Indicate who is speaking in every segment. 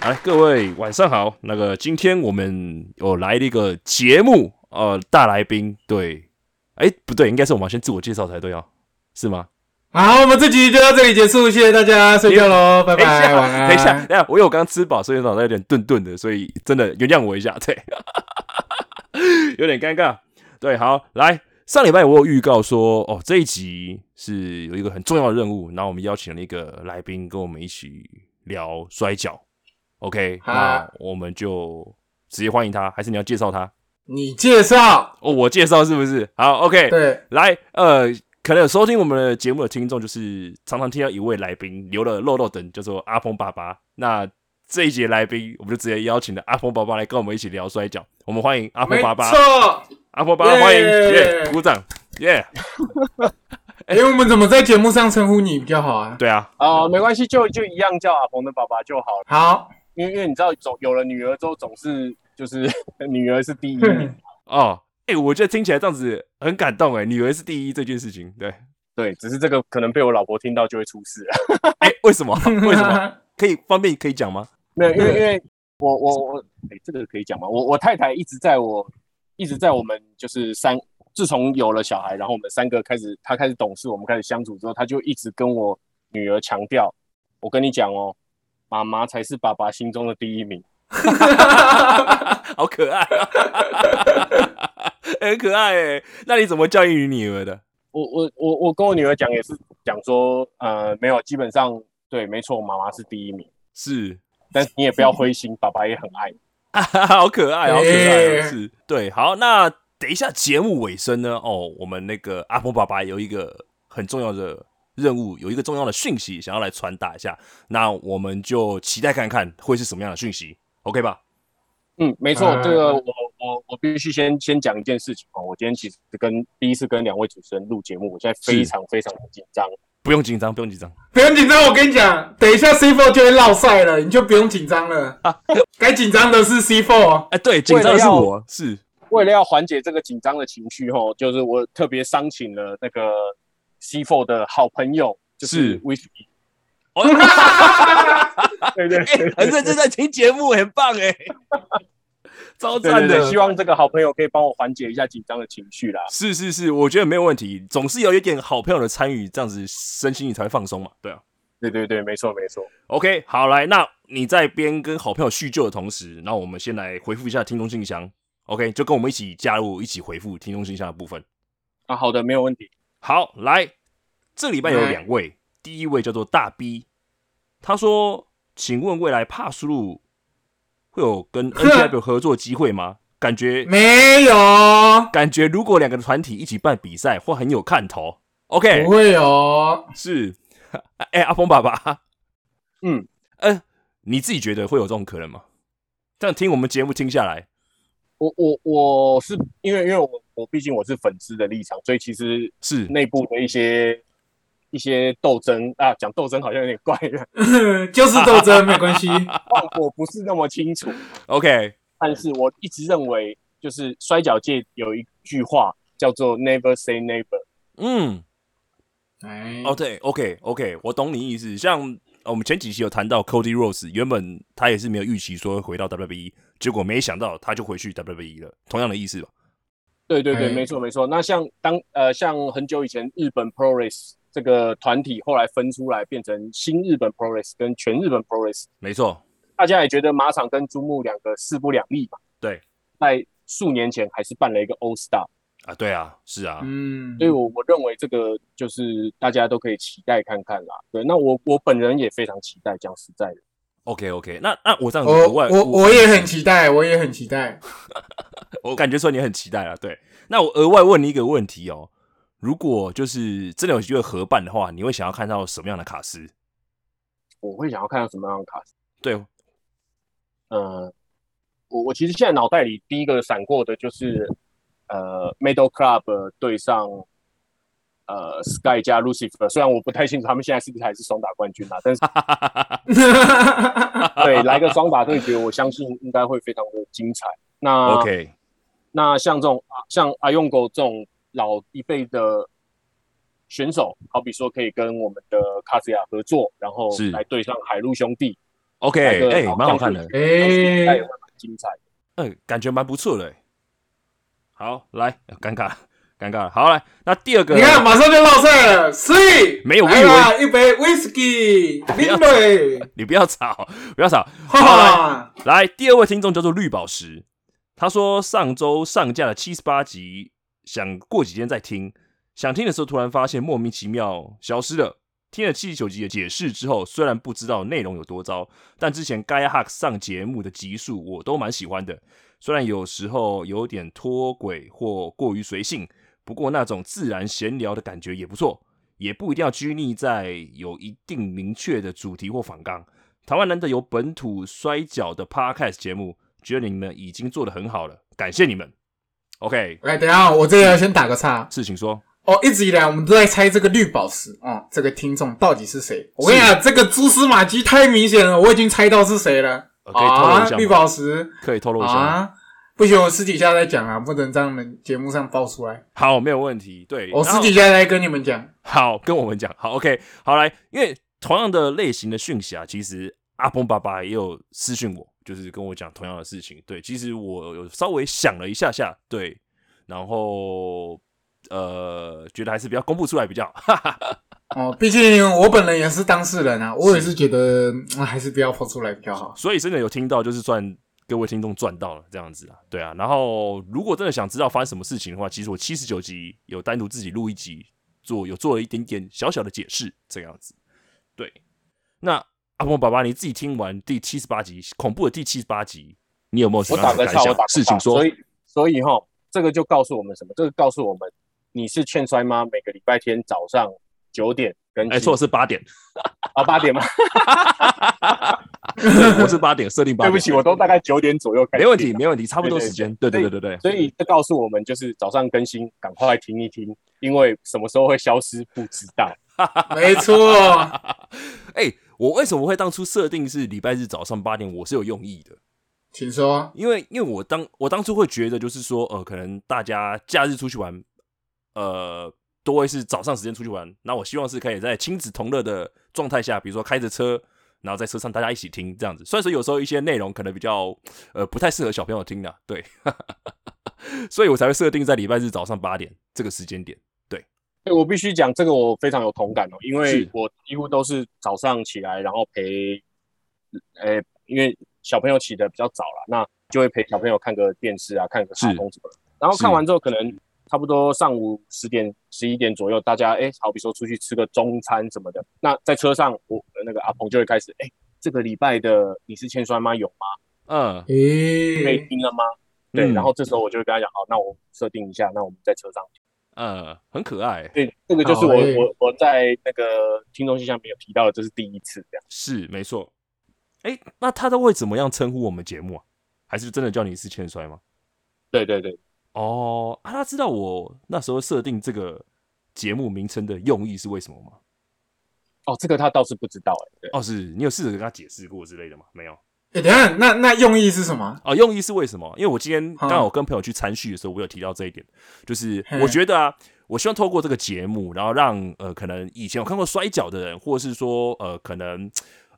Speaker 1: 哎，各位晚上好。那个今天我们有来了一个节目，呃，大来宾。对，哎，不对，应该是我们要先自我介绍才对啊，是吗？
Speaker 2: 好，我们这集就到这里结束，谢谢大家，睡觉喽，拜
Speaker 1: 等一
Speaker 2: 拜，
Speaker 1: 下，
Speaker 2: 晚安。
Speaker 1: 等一下，等一下，我有刚吃饱，所以脑袋有点顿顿的，所以真的原谅我一下，对， 有点尴尬。对，好，来，上礼拜我有预告说，哦，这一集是有一个很重要的任务，然后我们邀请了一个来宾跟我们一起聊摔跤。OK，
Speaker 2: 好
Speaker 1: 那我们就直接欢迎他，还是你要介绍他？
Speaker 2: 你介绍，
Speaker 1: 哦，我介绍是不是？好，OK，
Speaker 2: 对，
Speaker 1: 来，呃，可能有收听我们的节目的听众，就是常常听到一位来宾留了漏漏等，叫做阿鹏爸爸。那这一节来宾，我们就直接邀请了阿鹏爸爸来跟我们一起聊摔跤。哎我们欢迎阿鹏
Speaker 2: 没
Speaker 1: 爸爸，
Speaker 2: 错。
Speaker 1: 阿鹏爸爸欢迎，耶、
Speaker 2: 耶
Speaker 1: 鼓掌，耶、
Speaker 2: 哎，我们怎么在节目上称呼你比较好啊？
Speaker 1: 对啊，
Speaker 3: 哦，没关系，就就一样叫阿鹏的爸爸就好了，
Speaker 2: 好，
Speaker 3: 因为因为你知道，总有了女儿之后，总是就是 女儿是第一，
Speaker 2: 哼
Speaker 1: 哦，哎、我觉得听起来这样子很感动哎，女儿是第一这件事情，对，
Speaker 3: 对，只是这个可能被我老婆听到就会出事了。
Speaker 1: 哎、为 什么？为什么？？可以方便可以讲吗？
Speaker 3: 没有，因
Speaker 1: 嗯
Speaker 3: 为因为我我我，哎、这个可以讲吗？我我太太一直在我一直在我们就是三，自从有了小孩，然后我们三个开始，她开始懂事，我们开始相处之后，她就一直跟我女儿强调，我跟你讲哦，妈妈才是爸爸心中的第一名。
Speaker 1: 好可爱、 啊，很可爱哎。那你怎么教育你女儿的？
Speaker 3: 我我我我跟我女儿讲也是讲说，呃，没有，基本上对，没错，妈妈是第一名，
Speaker 1: 是
Speaker 3: 但是你也不要灰心，爸爸也很爱你。
Speaker 1: 啊， 好可爱，好可爱、
Speaker 2: 对
Speaker 1: 啊，是对。好，那等一下节目尾声呢？哦，我们那个阿婆爸爸有一个很重要的任务，有一个重要的讯息想要来传达一下。那我们就期待看看会是什么样的讯息，OK 吧？
Speaker 3: 嗯，没错，
Speaker 2: 嗯
Speaker 3: 这个我我我必须先先讲一件事情哦，我今天其实跟第一次跟两位主持人录节目，我现在非常非常的紧张。
Speaker 1: 不用紧张，不用紧张。
Speaker 2: 不用紧张，我跟你讲，等一下 C four 就会落赛了，你就不用紧 张了。该紧张的是 C four，
Speaker 1: 哎、对，紧张的是
Speaker 3: 要
Speaker 1: 我，是
Speaker 3: 为了要缓解这个紧张的情绪哦，就是我特别商请了那个 C Four 的好朋友，就是是 Whisky。对对
Speaker 1: 哦哎、
Speaker 3: 对
Speaker 1: 很认真在听节目，很棒哎、 超
Speaker 3: 对
Speaker 1: 赞
Speaker 3: 对
Speaker 1: 的
Speaker 3: 对，希望这个好朋友可以帮我缓解一下紧张的情绪啦。
Speaker 1: 是是是，我觉得没有问题，总是有一点好朋友的参与，这样子身心你才会放松嘛。对啊，
Speaker 3: 对对对，没错没错。
Speaker 1: OK，好来，那你在边跟好朋友叙旧的同时，那我们先来回复一下听众信箱。OK，就跟我们一起加入，一起回复听众信箱的部分。
Speaker 3: 啊，好的，没有问题。
Speaker 1: 好，来，这礼拜有
Speaker 2: 来
Speaker 1: 两位，第一位叫做大 B，他说：“请问未来帕苏路会有跟 NTF 合作机会吗？感觉
Speaker 2: 没有，
Speaker 1: 感觉如果两个团体一起办比赛，会很有看头。”OK，
Speaker 2: 不会哦有。
Speaker 1: 是， 哎、阿峰爸爸，
Speaker 3: 嗯，
Speaker 1: 呃，你自己觉得会有这种可能吗？这样听我们节目听下来，
Speaker 3: 我我我是因为因为我我毕竟我是粉丝的立场，所以其实
Speaker 1: 是
Speaker 3: 内部的一些一些斗争啊，讲斗争好像有点怪了，
Speaker 2: 就是斗争，没 关系。
Speaker 3: 我我不是那么清楚，
Speaker 1: OK，
Speaker 3: 但是我一直认为就是摔跤界有一句话叫做 “never say never”，
Speaker 1: 嗯，
Speaker 2: 哎
Speaker 1: 哦对，OK，OK，、我懂你意思。像呃我们前几期有谈到 Cody Rose，原本他也是没有预期说会回到 WWE，结果没想到他就回去 WWE 了，同样的意思吧？
Speaker 3: 对对对，
Speaker 2: 哎
Speaker 3: 没错没错。那像当呃像很久以前日本 Pro Race 这个团体后来分出来变成新日本 Pro Race 跟全日本 Pro Race，
Speaker 1: 没错，
Speaker 3: 大家也觉得马场跟珠穆两个势不两立嘛。
Speaker 1: 对，
Speaker 3: 在数年前还是办了一个 All Star，
Speaker 1: 啊，对啊，是啊，
Speaker 2: 嗯，
Speaker 3: 所以我我认为这个就是大家都可以期待看看啦。对，那我我本人也非常期待，讲实在的，
Speaker 1: OK OK，那那我这样子
Speaker 2: 我
Speaker 1: 额外，
Speaker 2: 哦我我也很期待，我也很期待。
Speaker 1: 我感觉说你很期待了。啊对，那我额外问你一个问题哦，如果就是真的有机会合办的话，你会想要看到什么样的卡司？
Speaker 3: 我会想要看到什么样的卡。
Speaker 1: 对，
Speaker 3: 呃，我我其实现在脑袋里第一个闪过的就是呃，Metal Club 对上呃 Sky 加 Lucifer，虽然我不太清楚他们现在是不是还是双打冠军啦，但是对来个双打对决，我相信应该会非常的精彩。那
Speaker 1: OK，
Speaker 3: 那像这种啊像阿用狗这种老一辈的选手，好比说可以跟我们的卡斯亚合作，然后
Speaker 1: 是
Speaker 3: 来对上海陆兄弟，
Speaker 1: OK，
Speaker 3: 那个
Speaker 1: 哎、
Speaker 3: 老
Speaker 1: 蛮好看的
Speaker 3: 将，军
Speaker 2: 哎、
Speaker 3: 那也会蛮精彩的。
Speaker 1: 嗯，感觉蛮不错的、哎好，来，呃尴尬了，尴尬了。好，来，那第二个，
Speaker 2: 你看，马上就落赛了，three，
Speaker 1: 没有
Speaker 2: 来啦，一杯 whisky，冰水，
Speaker 1: 你不要吵，不要吵。
Speaker 2: 哈哈，
Speaker 1: 来，第二位听众叫做绿宝石，他说上周上架了七十八集，想过几天再听，想听的时候突然发现莫名其妙消失了。听了七十九集的解释之后，虽然不知道内容有多糟，但之前 Gaia Hack 上节目的集数我都蛮喜欢的，虽然有时候有点脱轨或过于随性，不过那种自然闲聊的感觉也不错，也不一定要拘泥在有一定明确的主题或反纲。台湾难得有本土摔跤的 podcast 节目，觉得你们已经做得很好了，感谢你们。OK，
Speaker 2: 来，等一下，我这里要先打个岔。
Speaker 1: 事情说，
Speaker 2: 哦，一直以来我们都在猜这个绿宝石啊、哦这个听众到底是谁？我跟你讲，这个蛛丝马迹太明显了，我已经猜到是谁了。
Speaker 1: 呃可以透露一
Speaker 2: 啊
Speaker 1: 下吗，
Speaker 2: 绿宝石
Speaker 1: 可以透露一下吗？
Speaker 2: 啊，不行，我私底下再讲啊，不能在我们节目上爆出来。
Speaker 1: 好，没有问题。对，
Speaker 2: 我
Speaker 1: 然后
Speaker 2: 私底下再跟你们 讲。
Speaker 1: 好跟我们讲，好 OK，好来，因为同样的类型的讯息啊，其实阿崩爸爸也有私讯我，就是跟我讲同样的事情。对，其实我有稍微想了一下下，对，然后呃，觉得还是不要公布出来比较好。哈哈哈
Speaker 2: 哦，毕竟我本人也是当事人啊，我也是觉得嗯还是不要抛出来比较好。
Speaker 1: 所以真的有听到，就是算各位听众赚到了这样子啊，对啊。然后如果真的想知道发生什么事情的话，其实我七十九集有单独自己录一集，做有做了一点点小小的解释，这样子。对，那阿鹏爸爸，你自己听完第七十八集恐怖的第七十八集，你有没有什
Speaker 3: 我
Speaker 1: 么样
Speaker 3: 打
Speaker 1: 的
Speaker 3: 个
Speaker 1: 感
Speaker 3: 岔，我
Speaker 1: 想
Speaker 3: 打个？
Speaker 1: 事
Speaker 3: 岔
Speaker 1: 情说
Speaker 3: 所，以所以哈，这个就告诉我们什么？这个告诉我们，你是欠摔妈，每个礼拜天早上九点跟
Speaker 1: 哎，错是八点，
Speaker 3: 啊八点吗？
Speaker 1: 对我是八点，设定八
Speaker 3: 对
Speaker 1: 点。
Speaker 3: 不起，我都大概九点左右开始。
Speaker 1: 没问题，没问题，差不多
Speaker 3: 对对
Speaker 1: 时间。对对对对对，
Speaker 3: 所以这告诉我们，就是早上更新，赶快听一听，因为什么时候会消失不知道。
Speaker 2: 没错，
Speaker 1: 哎、我为什么会当初设定是礼拜日早上八点？我是有用意的。
Speaker 2: 请说。
Speaker 1: 因为因为我当我当初会觉得就是说，呃，可能大家假日出去玩，呃，都会是早上时间出去玩。那我希望是可以在亲子同乐的状态下，比如说开着车，然后在车上大家一起听这样子。虽然说有时候一些内容可能比较呃不太适合小朋友听的，对， 所以我才会设定在礼拜日早上八点这个时间点。
Speaker 3: 对，我必须讲这个，我非常有同感哦，因为
Speaker 1: 是
Speaker 3: 我几乎都是早上起来，然后陪，呃，因为小朋友起得比较早了，那就会陪小朋友看个电视啊，看个卡
Speaker 1: 是
Speaker 3: 通什么的。然后看完之后，可能差不多上午十点、十一点左右，大家哎，好比说出去吃个中餐什么的。那在车上，我那个阿鹏就会开始，哎，这个礼拜的你是千酸吗？有吗？
Speaker 1: 嗯，
Speaker 2: 诶、
Speaker 3: 可以听了吗？对，
Speaker 1: 嗯
Speaker 3: 然后这时候我就会跟他讲，好，那我设定一下，那我们在车上
Speaker 1: 呃，很可爱，
Speaker 3: 对，这个就是
Speaker 2: 好
Speaker 3: 我
Speaker 2: 欸
Speaker 3: 我我在那个听众信箱里面有提到的，这是第一次这样。
Speaker 1: 是没错。哎、那他都会怎么样称呼我们节目啊？还是真的叫你是欠摔吗？
Speaker 3: 对对对，
Speaker 1: 哦，啊，他知道我那时候设定这个节目名称的用意是为什么吗？
Speaker 3: 哦，这个他倒是不知道哎、对，
Speaker 1: 哦，是你有试着跟他解释过之类的吗？没有。
Speaker 2: 诶等一下，那那用意是什么？
Speaker 1: 哦，用意是为什么？因为我今天刚好跟朋友去参叙的时候，我有提到这一点，就是
Speaker 2: 嘿
Speaker 1: 我觉得啊，我希望透过这个节目，然后让呃，可能以前有看过摔跤的人，或是说呃，可能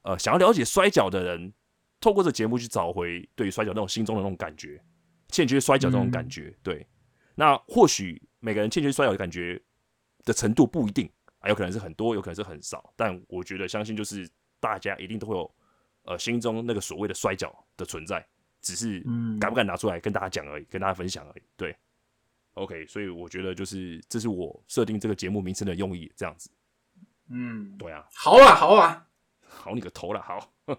Speaker 1: 呃想要了解摔跤的人，透过这个节目去找回对于摔跤那种心中的那种感觉，欠缺摔跤这种感觉。对，那或许每个人欠缺摔跤的感觉的程度不一定啊，有可能是很多，有可能是很少，但我觉得相信就是大家一定都会有呃心中那个所谓的摔跤的存在。只是
Speaker 2: 嗯
Speaker 1: 敢不敢拿出来跟大家讲而已，跟大家分享而已。对，OK，所以我觉得就是这是我设定这个节目名称的用意，这样子。
Speaker 2: 嗯，
Speaker 1: 对啊，
Speaker 2: 好啊，好啊。
Speaker 1: 好你个头了，好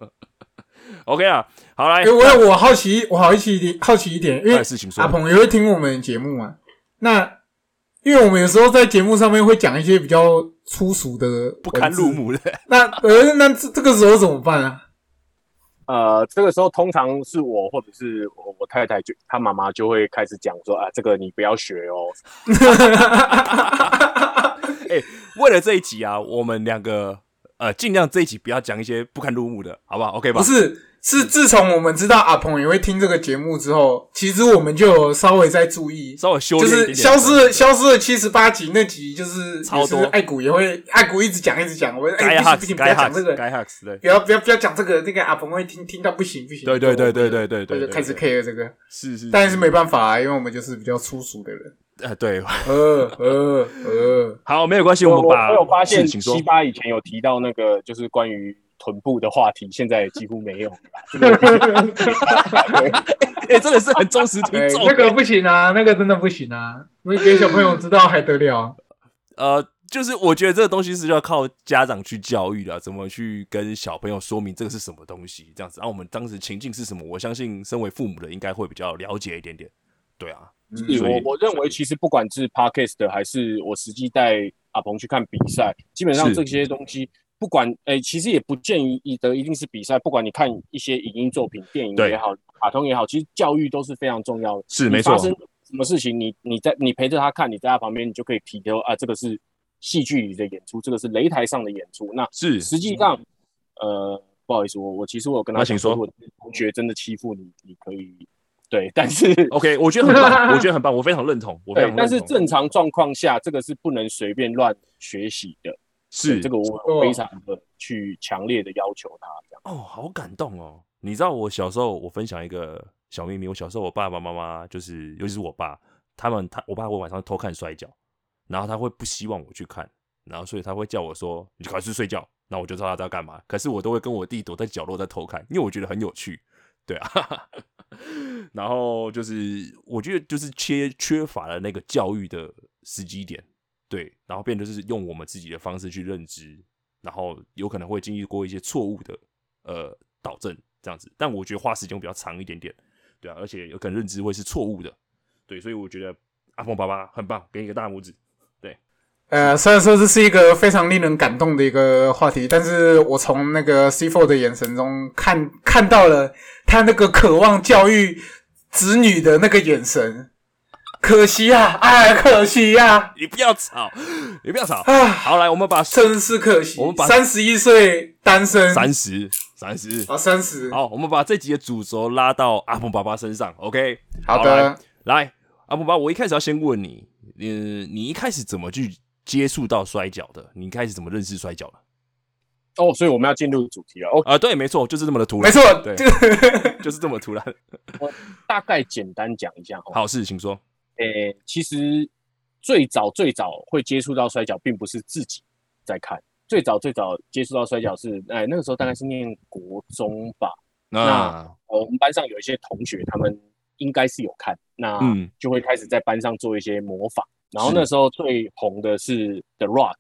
Speaker 1: ，OK 啊，好来
Speaker 2: 诶、，我有我好奇，我好奇一点，好奇一点，因
Speaker 1: 那
Speaker 2: 为
Speaker 1: 有事情哎说
Speaker 2: 阿，鹏也会听我们的节目嘛。那因为我们有时候在节目上面会讲一些比较粗俗的，
Speaker 1: 不堪入。目的，
Speaker 2: 那呃，那这这个时候怎么办啊？
Speaker 3: 呃，这个时候通常是我或者是我我太太就她妈妈就会开始讲说啊，这个你不要学哦。
Speaker 1: 哎、 为了这一集啊，我们两个呃尽量这一集不要讲一些不堪入目的，好不好？OK 吧？
Speaker 2: 不是，是自从我们知道阿鹏也会听这个节目之后，其实我们就有稍微在注意，
Speaker 1: 稍微修
Speaker 2: 就
Speaker 1: 炼一点
Speaker 2: 是
Speaker 1: 点
Speaker 2: 消失消失了七十八集那集，就是
Speaker 1: 超
Speaker 2: 也是
Speaker 1: 多
Speaker 2: 爱谷也会爱谷一直讲一直讲，我说哎
Speaker 1: 该
Speaker 2: 不行
Speaker 1: hacks
Speaker 2: 不行，不
Speaker 1: 该
Speaker 2: 要讲这
Speaker 1: hacks
Speaker 2: 个，
Speaker 1: 该 hacks 对
Speaker 2: 不要不要不要讲这个，那个阿鹏会听听到不行不行，
Speaker 1: 对对对对对对
Speaker 2: 我
Speaker 1: 对，
Speaker 2: 就开始
Speaker 1: 对
Speaker 2: care 这个，
Speaker 1: 是是，
Speaker 2: 但是没办法啊，因为我们就是比较粗俗的人，
Speaker 1: 呃对，
Speaker 2: 呃呃呃，
Speaker 1: 好没有关系，
Speaker 3: 我
Speaker 1: 们
Speaker 3: 我
Speaker 1: 把
Speaker 3: 我有发现
Speaker 1: 事情说
Speaker 3: 七八以前有提到那个就是关于臀部的话题，现在几乎没有了啦。这个
Speaker 1: 哎、真的是很忠实听
Speaker 2: 哎
Speaker 1: 众、
Speaker 2: 那个不行啊，那个真的不行啊，那给小朋友知道还得了？
Speaker 1: 呃，就是我觉得这个东西是要靠家长去教育的啊，怎么去跟小朋友说明这个是什么东西，这样子。啊然、后我们当时情境是什么，我相信身为父母的应该会比较了解一点点。对啊，
Speaker 3: 是
Speaker 1: 所以
Speaker 3: 嗯我我认为，其实不管是 podcast 的还是我实际带阿鹏去看比赛，基本上
Speaker 1: 是
Speaker 3: 这些东西，不管诶、其实也不建议一的一定是比赛，不管你看一些影音作品、电影
Speaker 1: 对
Speaker 3: 也好，卡通也好，其实教育都是非常重要的。
Speaker 1: 是
Speaker 3: 你
Speaker 1: 没
Speaker 3: 发
Speaker 1: 错，
Speaker 3: 生什么事情，你你在你陪着他看，你在他旁边，你就可以提到啊，这个是戏剧里的演出，这个是擂台上的演出。那
Speaker 1: 是
Speaker 3: 实际上，呃，不好意思，我我其实我有跟他
Speaker 1: 那请
Speaker 3: 讲说，
Speaker 1: 说
Speaker 3: 如果同学真的欺负你，你可以对，但是
Speaker 1: 嗯 OK，我觉得很棒，我觉得很棒，我非常认同，我非常认，
Speaker 3: 对
Speaker 1: 同。
Speaker 3: 但是正常状况下，这个是不能随便乱学习的。
Speaker 1: 是
Speaker 3: 这个我非常的去强烈的要求他这样。
Speaker 1: 哦，好感动哦！你知道我小时候，我分享一个小秘密，我小时候我爸爸妈妈就是，尤其是我爸，他们他我爸会晚上偷看摔跤，然后他会不希望我去看，然后所以他会叫我说你快去睡觉，那我就知道他在干嘛。可是我都会跟我弟躲在角落在偷看，因为我觉得很有趣，对啊。 然后就是我觉得就是缺缺乏了那个教育的时机点，对，然后变成就是用我们自己的方式去认知，然后有可能会经历过一些错误的呃导正这样子，但我觉得花时间会比较长一点点，对啊，而且有可能认知会是错误的，对，所以我觉得阿峰爸爸很棒，给你一个大拇指。
Speaker 2: 呃，虽然说这是一个非常令人感动的一个话题，但是我从那个 C Four 的眼神中看看到了他那个渴望教育子女的那个眼神。可惜啊，哎，可惜呀、
Speaker 1: 你不要吵，你不要吵
Speaker 2: 啊，。啊，
Speaker 1: 好，来，我们把
Speaker 2: 真是可惜。
Speaker 1: 我们把
Speaker 2: 三十一岁单身，
Speaker 1: 三十三十，
Speaker 2: 啊，三十，
Speaker 1: 好，我们把这集的主轴拉到阿峰爸爸身上，OK？
Speaker 2: 好
Speaker 1: 来
Speaker 2: 的，
Speaker 1: 来，阿布巴，我一开始要先问你，嗯，你一开始怎么去接触到摔跤的？你一开始怎么认识摔跤的？
Speaker 3: 哦，所以我们要进入主题了。哦，
Speaker 1: 啊、对，没错，就是这么的突然，
Speaker 2: 没错，
Speaker 1: 对
Speaker 2: 这个
Speaker 1: 就是这么突然。
Speaker 3: 大概简单讲一下哦。
Speaker 1: 好事，请说。
Speaker 3: 诶、其实最早最早会接触到摔跤，并不是自己在看，最早最早接触到摔跤是，诶、那个时候大概是念国中吧。
Speaker 1: 那
Speaker 3: 呃我们班上有一些同学，他们应该是有看，那
Speaker 1: 嗯
Speaker 3: 就会开始在班上做一些模仿。然后
Speaker 1: 是
Speaker 3: 那时候最红的是 The Rock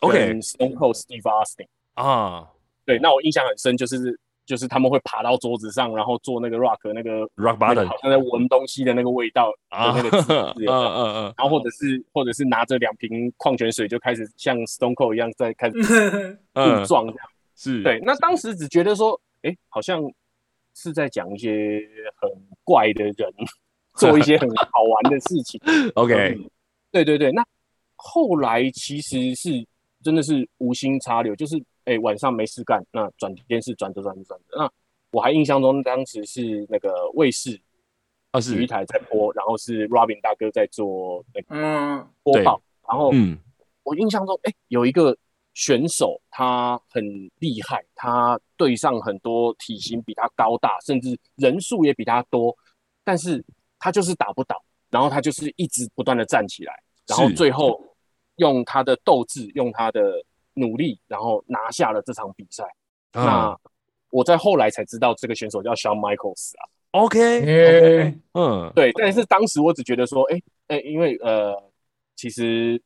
Speaker 1: OK
Speaker 3: 跟 Stone Cold Steve Austin。
Speaker 1: 啊
Speaker 3: 对，那我印象很深，就是就是他们会爬到桌子上，然后做那个 rock 那个
Speaker 1: ，Rock
Speaker 3: 那个
Speaker 1: Bottom
Speaker 3: 好像在闻东西的那个味道
Speaker 1: 啊，
Speaker 3: 的那个姿势
Speaker 1: 嗯
Speaker 3: 有没有
Speaker 1: 嗯嗯，
Speaker 3: 然后或者是或者是拿着两瓶矿泉水就开始像 Stone Cold 一样在开始
Speaker 1: 嗯
Speaker 3: 硬撞这样。
Speaker 1: 是，
Speaker 3: 对，那当时只觉得说，哎，好像是在讲一些很怪的人 做一些很好玩的事情。
Speaker 1: ，OK，
Speaker 3: 嗯对对对，那后来其实是真的是无心插柳，就是哎、晚上没事干，那转电视转着转着转着，那我还印象中当时是那个卫视
Speaker 1: 啊
Speaker 3: 体育
Speaker 1: 是，
Speaker 3: 台在播，然后是 Robin 大哥在做那个
Speaker 2: 嗯，
Speaker 3: 播报，然后
Speaker 1: 嗯，
Speaker 3: 我印象中哎、有一个选手他很厉害，他对上很多体型比他高大，甚至人数也比他多，但是他就是打不倒，然后他就是一直不断的站起来。然后
Speaker 1: 是
Speaker 3: 最后用他的斗志，用他的努力，然后拿下了这场比赛。
Speaker 1: 啊
Speaker 3: 那我在后来才知道这个选手叫 Shawn Michaels 啊，
Speaker 1: ，OK，
Speaker 2: 耶，
Speaker 1: 嗯，
Speaker 3: 对，但是当时我只觉得说，哎哎，因为呃，其实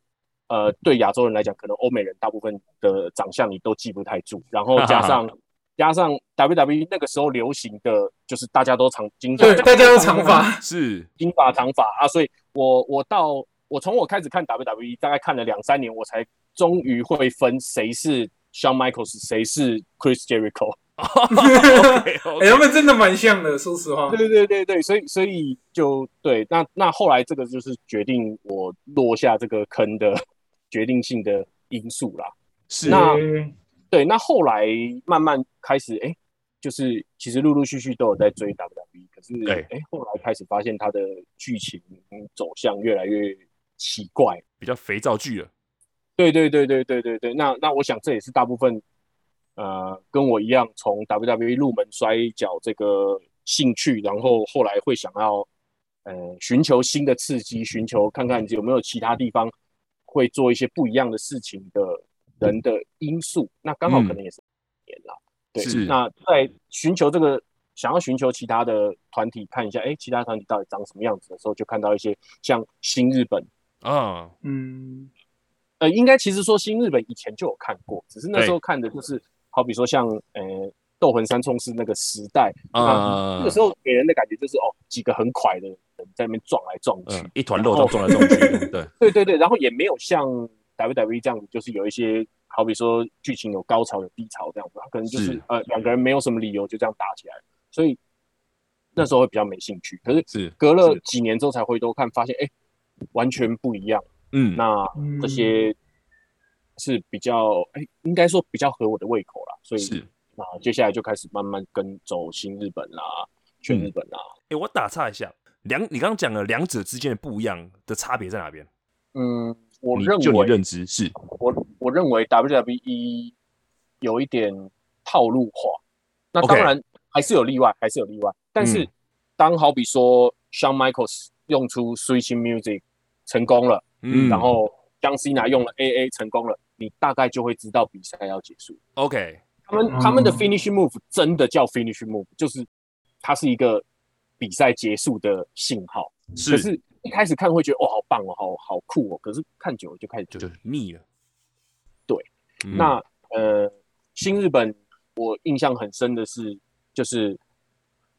Speaker 3: 呃，对亚洲人来讲，可能欧美人大部分的长相你都记不太住，然后加上加上 WWE 那个时候流行的就是大家都长金发
Speaker 2: 对，，大家都 长发，
Speaker 1: 是
Speaker 3: 金发长发啊，所以我我到我从我开始看 WWE，大概看了两三年，我才终于会分谁是 Shawn Michaels，谁是 Chris Jericho。
Speaker 1: 哦 ，OK
Speaker 2: 哎，他
Speaker 1: OK，
Speaker 2: 们真的蛮像的，说实话，
Speaker 3: 对对对对，所以所以就对，那那后来这个就是决定我落下这个坑的决定性的因素啦。
Speaker 1: 是
Speaker 3: 那
Speaker 2: 耶
Speaker 3: 对，那后来慢慢开始，哎，就是其实陆陆续续都有在追 WWE，可是
Speaker 1: 对
Speaker 3: 哎后来开始发现它的剧情走向越来越奇怪。
Speaker 1: 比较肥皂剧了。
Speaker 3: 对对对对对对对，那那我想这也是大部分呃跟我一样从 WWE 入门摔跤这个兴趣，然后后来会想要呃寻求新的刺激，寻求看看有没有其他地方会做一些不一样的事情的人的因素。那刚好
Speaker 1: 嗯
Speaker 3: 可能也是年啦，
Speaker 1: 是
Speaker 3: 对。那在寻求这个想要寻求其他的团体看一下，哎，其他团体到底长什么样子的时候，就看到一些像新日本。
Speaker 1: 啊，
Speaker 2: 嗯，
Speaker 3: 呃，应该其实说新日本以前就有看过，只是那
Speaker 1: 对
Speaker 3: 时候看的就是好比说像呃《斗魂三重是那个时代，
Speaker 1: 啊
Speaker 3: 那那个时候给人的感觉就是哦，几个很快的人在那边撞来撞去，
Speaker 1: 嗯，一团肉这样撞来撞去，对，
Speaker 3: 对对对，然后也没有像 WWE 这样子，就是有一些好比说剧情有高潮有低潮这样子，他可能就是
Speaker 1: 是
Speaker 3: 呃两个人没有什么理由就这样打起来，所以那时候会比较没兴趣。可是
Speaker 1: 是，
Speaker 3: 隔了
Speaker 1: 是
Speaker 3: 几年之后才回头看，发现哎、完全不一样。
Speaker 1: 嗯，
Speaker 3: 那
Speaker 2: 嗯
Speaker 3: 这些是比较哎、应该说比较合我的胃口啦，所以
Speaker 1: 是。
Speaker 3: 啊，接下来就开始慢慢跟走新日本啦、全日本啦。
Speaker 1: 哎，我打岔一下，两你刚刚讲了两者之间的不一样的差别在哪边？
Speaker 3: 嗯，我
Speaker 1: 你
Speaker 3: 认
Speaker 1: 就你
Speaker 3: 为
Speaker 1: 认知是
Speaker 3: 我我认为 WWE 有一点套路化，那
Speaker 1: OK
Speaker 3: 当然还是有例外，还是有例外。但是
Speaker 1: 嗯
Speaker 3: 当好比说 Shawn Michaels 用出 Switching Music 成功了，
Speaker 1: 嗯
Speaker 3: 然后 John Cena 用了 AA 成功了，你大概就会知道比赛要结束。
Speaker 1: OK，
Speaker 3: 他们
Speaker 2: 嗯
Speaker 3: 他们的 finish move 真的叫 finish move，就是它是一个比赛结束的信号。可是，一开始看会觉得哦，好棒哦，好好酷哦。可是看久了就开始就
Speaker 1: 就就腻了。
Speaker 3: 对
Speaker 1: 嗯，
Speaker 3: 那呃，新日本我印象很深的是，就是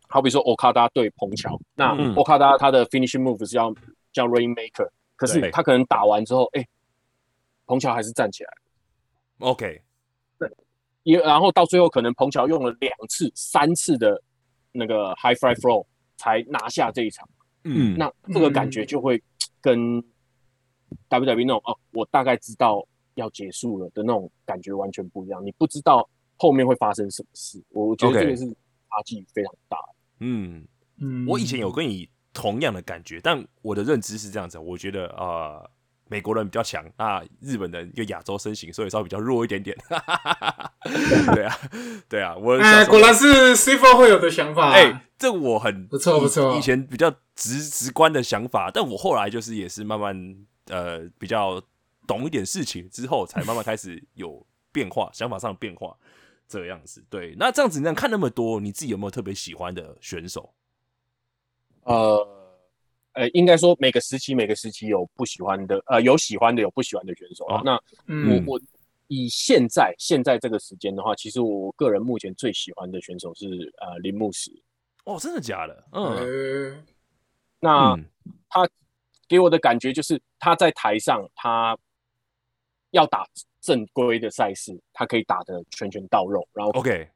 Speaker 3: 好比说 Okada 对彭乔，那
Speaker 1: 嗯
Speaker 3: Okada 他的 finishing move 是叫叫 Rainmaker，可
Speaker 1: 对
Speaker 3: 是他可能打完之后，哎、彭乔还是站起来，
Speaker 1: OK，
Speaker 3: 也然后到最后可能彭乔用了两次、三次的那个 high fly flow 才拿下这一场，
Speaker 1: 嗯，
Speaker 3: 那这个感觉就会跟 WWE 那种哦，我大概知道要结束了的那种感觉完全不一样。你不知道后面会发生什么事，我觉得
Speaker 1: OK
Speaker 3: 这个是差距非常大。
Speaker 1: 嗯，
Speaker 2: 嗯
Speaker 1: 我以前有跟你同样的感觉，但我的认知是这样子，我觉得啊、呃美国人比较强，那日本人又亚洲身形，所以稍微比较弱一点 点。对啊，对啊，我小时候
Speaker 2: 哎，果然是 C Four 会有的想法。
Speaker 1: 哎、这我很
Speaker 2: 不错
Speaker 1: 以
Speaker 2: 不错
Speaker 1: 以前比较直直观的想法，但我后来就是也是慢慢呃比较懂一点事情之后，才慢慢开始有变化，想法上的变化这样子。对，那这样子你这样看那么多，你自己有没有特别喜欢的选手？
Speaker 3: 呃呃，应该说每个时期每个时期有不喜欢的，呃，有喜欢的有不喜欢的选手啊。
Speaker 1: 哦
Speaker 3: 那我
Speaker 2: 嗯
Speaker 1: 嗯
Speaker 3: 我以现在现在这个时间的话，其实我个人目前最喜欢的选手是呃铃木石。
Speaker 1: 哦，真的假的？嗯
Speaker 2: 呃
Speaker 3: 那
Speaker 1: 嗯
Speaker 3: 他给我的感觉就是他在台上他要打正规的赛事，他可以打得拳拳到肉，然后
Speaker 1: ，OK，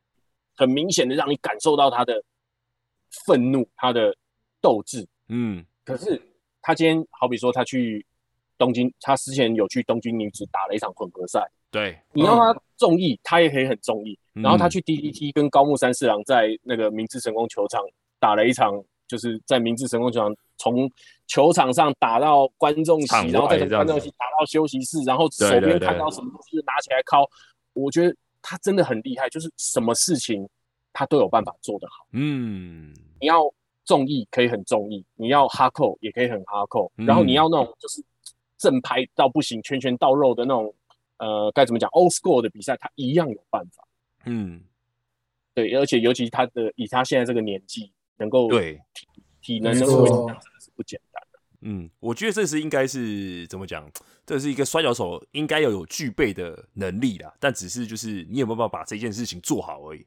Speaker 3: 很明显的让你感受到他的愤怒、他的斗志。
Speaker 1: 嗯
Speaker 3: 可是他今天好比说他去东京，他之前有去东京女子打了一场混合赛，
Speaker 1: 对，
Speaker 3: 你让他中意，他也可以很中意。
Speaker 1: 嗯
Speaker 3: 然后他去 DDT 跟高木三四郎在那个明治神宫球场打了一场，就是在明治神宫球场从球场上打到观众
Speaker 1: 场外
Speaker 3: 席，然后再从
Speaker 1: 这样
Speaker 3: 观
Speaker 1: 子
Speaker 3: 众席打到休息室，然后手
Speaker 1: 对对
Speaker 3: 边
Speaker 1: 对
Speaker 3: 看到什么东西就拿起来敲。我觉得他真的很厉害，就是什么事情他都有办法做得好。
Speaker 1: 嗯
Speaker 3: 你要中意可以很中意，你要哈扣也可以很哈扣，
Speaker 1: 嗯
Speaker 3: 然后你要那种就是正拍到不行、拳拳到肉的那种，呃，该怎么讲？old school 的比赛，他一样有办法。
Speaker 1: 嗯，
Speaker 3: 对，而且尤其他的以他现在这个年纪，能够
Speaker 1: 对，
Speaker 3: 体能
Speaker 2: 没
Speaker 3: 能够维持
Speaker 2: 错
Speaker 3: 这样真的是不简单。
Speaker 1: 嗯，我觉得这是应该是怎么讲？这是一个摔跤手应该要有具备的能力啦，但只是就是你有没有办法把这件事情做好而已。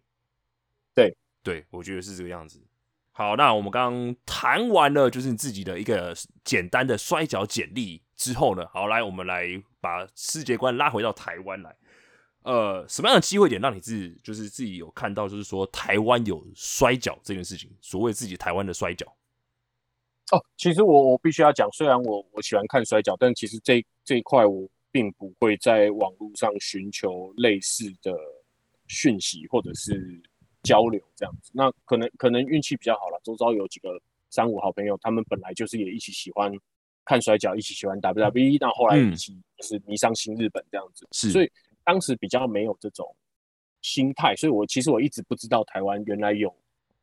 Speaker 3: 对，
Speaker 1: 对，我觉得是这个样子。好，那我们刚刚谈完了就是你自己的一个简单的摔跤简历之后呢，好，来我们来把世界观拉回到台湾来。呃，什么样的机会点让你自己就是自己有看到，就是说台湾有摔跤这件事情，所谓自己台湾的摔跤，
Speaker 3: 哦，其实我我必须要讲，虽然我我喜欢看摔跤，但其实这这一块我并不会在网络上寻求类似的讯息或者是交流这样子。那可能可能运气比较好了，周遭有几个三五好朋友，他们本来就是也一起喜欢看摔跤，一起喜欢 WWE，那后来
Speaker 1: 嗯
Speaker 3: 一起就是迷上新日本这样子。
Speaker 1: 是
Speaker 3: 所以当时比较没有这种心态，所以我其实我一直不知道台湾原来有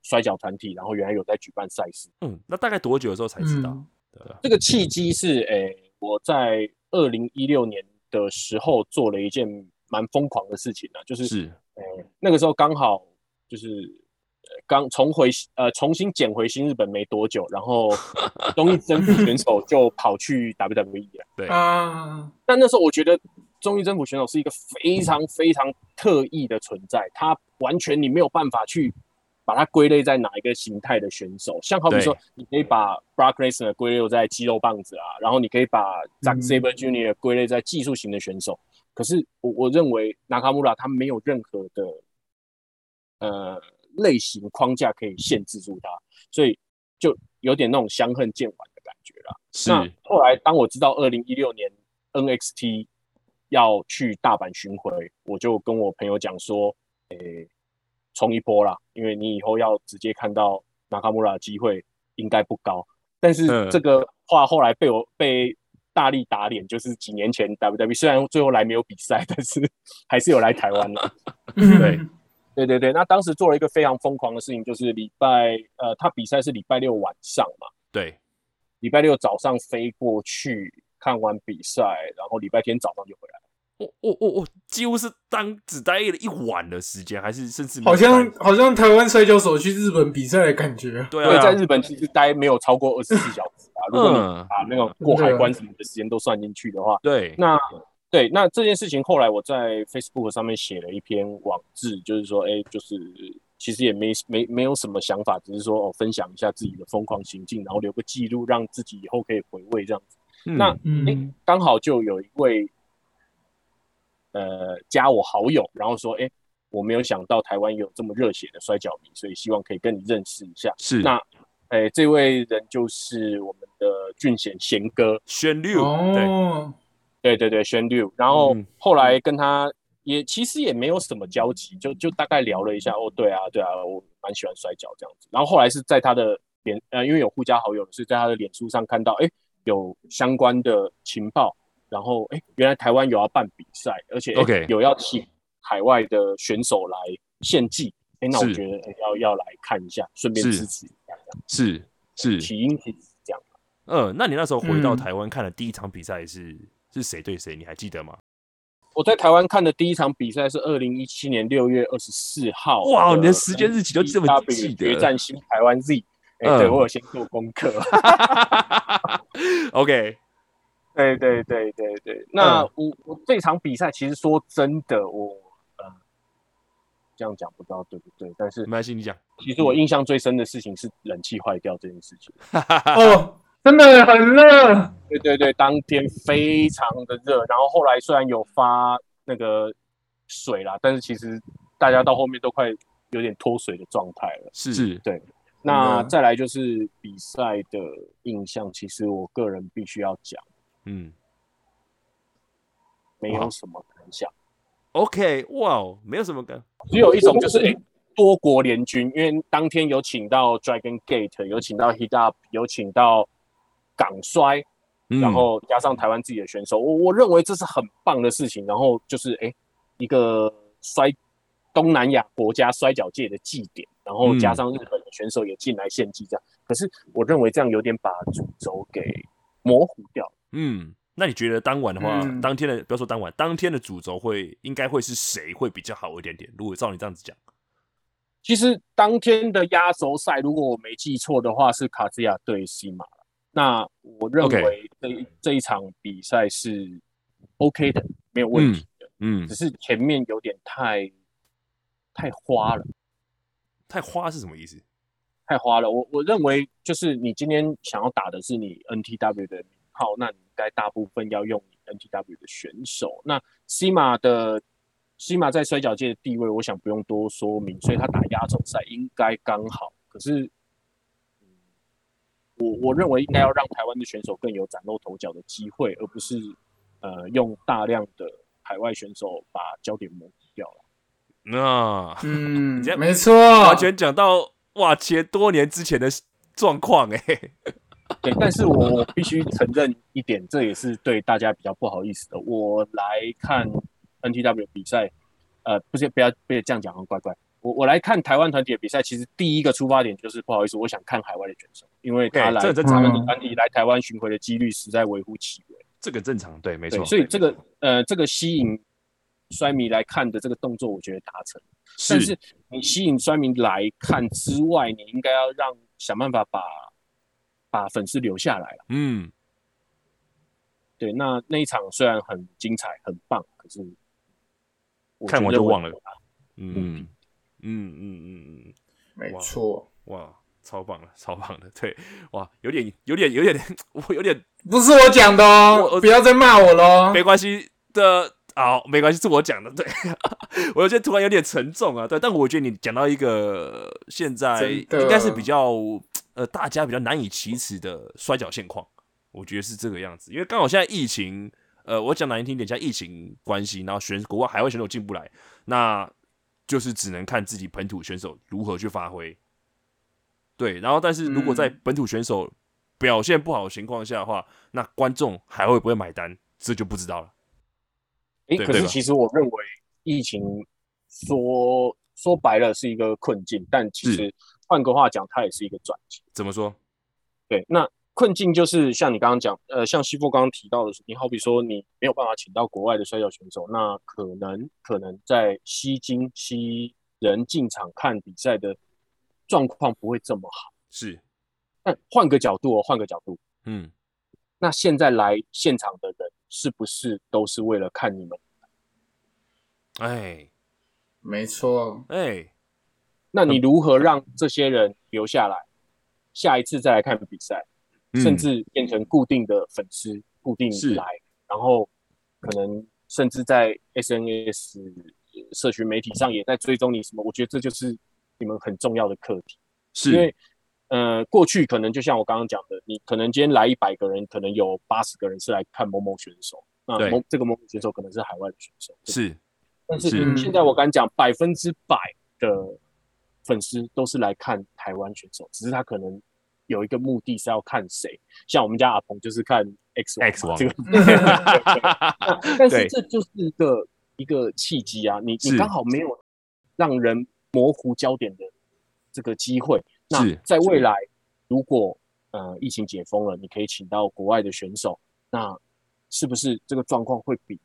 Speaker 3: 摔跤团体，然后原来有在举办赛事。
Speaker 1: 嗯，那大概多久的时候才知道？
Speaker 2: 嗯
Speaker 1: 对啊
Speaker 3: 这个契机是，诶、我在二零一六年的时候做了一件蛮疯狂的事情啊，就是
Speaker 1: 是
Speaker 3: 呃，那个时候刚好就是呃刚重回呃重新捡回新日本没多久，然后综 艺征服选手就跑去 WWE 了。
Speaker 1: 对
Speaker 2: 啊，
Speaker 3: 但那时候我觉得综艺征服选手是一个非常非常特异的存在，他完全你没有办法去把它归类在哪一个形态的选手。像好比说
Speaker 1: 对，
Speaker 3: 你可以把 Brock Lesnar 归类在肌肉棒子啊，然后你可以把 Zack
Speaker 2: 嗯
Speaker 3: Saber Jr. 归类在技术型的选手。可是我我认为 Nakamura 他没有任何的呃类型框架可以限制住他，所以就有点那种相恨见晚的感觉啦。
Speaker 1: 是
Speaker 3: 那后来当我知道二零一六年 NXT 要去大阪巡回，我就跟我朋友讲说，诶、冲一波啦，因为你以后要直接看到纳卡穆拉的机会应该不高。但是
Speaker 1: 嗯
Speaker 3: 这个话后来被我被大力打脸，就是几年前 WWE 虽然最后来没有比赛， 但是还是有来台湾了。
Speaker 1: 对
Speaker 2: 嗯
Speaker 3: 对对对，那当时做了一个非常疯狂的事情，就是礼拜呃，他比赛是礼拜六晚上嘛。
Speaker 1: 对
Speaker 3: 礼拜六早上飞过去看完比赛，然后礼拜天早上就回来。
Speaker 1: 我我我我几乎是当只待了一晚的时间，还是甚至没有
Speaker 2: 好像
Speaker 1: 待
Speaker 2: 好像台湾摔跤手去日本比赛的感觉。
Speaker 1: 对
Speaker 3: 因为
Speaker 1: 啊，
Speaker 3: 在日本其实待没有超过二十四小时啊，如果你
Speaker 1: 嗯
Speaker 3: 把那个过海关什么的时间都算进去的话，
Speaker 1: 对
Speaker 3: 那对，那这件事情后来我在 Facebook 上面写了一篇网志，就是说，哎，就是其实也没没没有什么想法，只是说哦，分享一下自己的疯狂行径，然后留个记录，让自己以后可以回味这样子。
Speaker 1: 嗯
Speaker 3: 那诶
Speaker 2: 嗯，
Speaker 3: 刚好就有一位呃加我好友，然后说，哎、我没有想到台湾有这么热血的摔跤迷，所以希望可以跟你认识一下。
Speaker 1: 是
Speaker 3: 那哎、这位人就是我们的俊贤贤哥，
Speaker 1: 宣六哎对
Speaker 2: 哦，
Speaker 3: 对对对，宣六。然后
Speaker 1: 嗯
Speaker 3: 后来跟他也其实也没有什么交集，就就大概聊了一下。哦，对啊，对啊，我蛮喜欢摔跤这样子。然后后来是在他的脸呃，因为有互加好友，所以在他的脸书上看到，哎，有相关的情报。然后哎，原来台湾有要办比赛，而且哎
Speaker 1: OK
Speaker 3: 有要请海外的选手来献技。哎，那我
Speaker 1: 是
Speaker 3: 觉得哎要要来看一下，顺便
Speaker 1: 是
Speaker 3: 支持一下。
Speaker 1: 是是
Speaker 3: 起因其实是这样。
Speaker 1: 嗯，那你那时候回到
Speaker 2: 嗯
Speaker 1: 台湾看的第一场比赛是是谁对谁？你还记得吗？
Speaker 3: 我在台湾看的第一场比赛是二零一七年六月二十四号。
Speaker 1: 哇你的时间日期都这么记得
Speaker 3: 决战新台湾 Z，哎、
Speaker 1: 嗯
Speaker 3: 对我有先做功课。
Speaker 1: OK，
Speaker 3: 对对对对对，那
Speaker 1: 嗯
Speaker 3: 我我这场比赛其实说真的，我呃这样讲不知道对不对，但是
Speaker 1: 没关系，你讲。
Speaker 3: 其实我印象最深的事情是冷气坏掉这件事情。
Speaker 2: 哦，真的很热。
Speaker 3: 对对对，当天非常的热，然后后来虽然有发那个水啦，但是其实大家到后面都快有点脱水的状态了。
Speaker 1: 是是
Speaker 3: 那
Speaker 2: 真的
Speaker 3: 再来就是比赛的印象，其实我个人必须要讲，
Speaker 1: 嗯
Speaker 3: 没
Speaker 1: 哇
Speaker 3: 有什么感想，
Speaker 1: ，OK，哇哦，没有什么感，
Speaker 3: 只有一种就是诶、多国联军，因为当天有请到 Dragon Gate，有请到 Hit Up，有请到港摔，
Speaker 1: 嗯
Speaker 3: 然后加上台湾自己的选手，我我认为这是很棒的事情。然后就是诶、一个摔东南亚国家摔跤界的祭典，然后加上日本的选手也进来献祭，这样。可是我认为这样有点把主轴给模糊掉。
Speaker 1: 嗯，那你觉得当晚的话，
Speaker 2: 嗯
Speaker 1: 当天的不要说当晚，当天的主轴会应该会是谁会比较好一点点？如果照你这样子讲，
Speaker 3: 其实当天的压轴赛，如果我没记错的话，是卡兹亚对西马。那我认
Speaker 1: OK
Speaker 3: 为这一这一场比赛是 OK 的，没有问题的，
Speaker 1: 嗯
Speaker 3: 只，是前面有点太太花了，
Speaker 1: 太花是什么意 思？
Speaker 3: 太花了。我我认为就是你今天想要打的是你 NTW 的名号，那你应该大部分要用你 NTW 的选手。那西马的西马在摔跤界的地位，我想不用多说明，所以他打压轴赛应该刚好。可是，嗯我我认为应该要让台湾的选手更有崭露头角的机会，而不是呃用大量的海外选手把焦点模糊掉了。
Speaker 1: 那、
Speaker 2: 嗯
Speaker 1: 这，样
Speaker 2: 没错，
Speaker 1: 完全讲到哇，前多年之前的状况哎、
Speaker 3: 对，但是我我必须承认一点，这也是对大家比较不好意思的。我来看 NTW 比赛，呃，不是不要不要这样讲，很怪怪。我我来看台湾团体的比赛，其实第一个出发点就是不好意思，我想看海外的选手，因为他
Speaker 1: OK，
Speaker 3: 来
Speaker 1: 这很正啊
Speaker 2: 常
Speaker 3: 台湾的团体来台湾巡回的几率实在微乎其微。
Speaker 1: 这个正常，对，没
Speaker 3: 对
Speaker 1: 错，，
Speaker 3: 所以这个呃，这个吸引衰迷来看的这个动作，我觉得达成。但是你吸引酸民来看之外，你应该要让想办法把把粉丝留下来了。
Speaker 1: 嗯，
Speaker 3: 对，那那一场虽然很精彩、很棒，可是我
Speaker 1: 看
Speaker 3: 觉
Speaker 1: 完
Speaker 3: 得
Speaker 1: 就
Speaker 3: 我
Speaker 1: 忘了，嗯嗯嗯嗯嗯，
Speaker 2: 没错，
Speaker 1: 哇，超棒了，超棒了，对，哇，有点有点有点， 我有点
Speaker 2: 不是我讲的
Speaker 1: 我
Speaker 2: 哦
Speaker 1: 我，
Speaker 2: 不要再骂我喽
Speaker 1: 没。关系的。好，没关系，是我讲的，对 我有些突然有点沉重啊，对，但我觉得你讲到一个现在
Speaker 2: 真的
Speaker 1: 应该是比较呃大家比较难以启齿的摔跤现况，我觉得是这个样子，因为刚好现在疫情，呃，我讲难听一点，像疫情关系，然后选国外海外选手进不来，那就是只能看自己本土选手如何去发挥，对，然后但是如果在
Speaker 2: 嗯
Speaker 1: 本土选手表现不好的情况下的话，那观众还会不会买单，这就不知道了。
Speaker 3: 诶，
Speaker 1: 对
Speaker 3: 可
Speaker 1: 对
Speaker 3: 是
Speaker 1: 吧
Speaker 3: 其实我认为疫情说说白了是一个困境，但其
Speaker 1: 是
Speaker 3: 实换个话讲，它也是一个转机。
Speaker 1: 怎么说？
Speaker 3: 对，那困境就是像你刚刚讲，呃，像西部刚刚提到的，你好比说你没有办法请到国外的摔跤选手，那可能可能在吸金吸人进场看比赛的状况不会这么好。
Speaker 1: 是，
Speaker 3: 但换个角度哦，换个角度，
Speaker 1: 嗯，
Speaker 3: 那现在来现场的人是不是都是为了看你们？
Speaker 1: 哎
Speaker 2: 没错，
Speaker 1: 哎，
Speaker 3: 那你如何让这些人留下来，下一次再来看比赛？甚至变成固定的粉丝，固定
Speaker 1: 嗯是
Speaker 3: 来，然后可能甚至在 SNS 社群媒体上也在追踪你什么。我觉得这就是你们很重要的课题，
Speaker 1: 是
Speaker 3: 因为呃，过去可能就像我刚刚讲的，你可能今天来一百个人，可能有八十个人是来看某某选手，那
Speaker 1: 对
Speaker 3: 某这个某某选手可能是海外的选手，
Speaker 1: 是
Speaker 3: 但
Speaker 1: 是
Speaker 3: 是现在我敢讲，百分之百的粉丝都是来看台湾选手，只是他可能有一个目的是要看谁。像我们家阿鹏就是看 X 王嘛
Speaker 1: X 王
Speaker 3: 这个， 但是
Speaker 1: 对
Speaker 3: 这就是一个一个契机啊，你
Speaker 1: 是
Speaker 3: 你刚好没有让人模糊焦点的这个机会。那
Speaker 1: 是
Speaker 3: 在未来，如果呃疫情解封了，你可以请到国外的选手，那是不是这个状况会比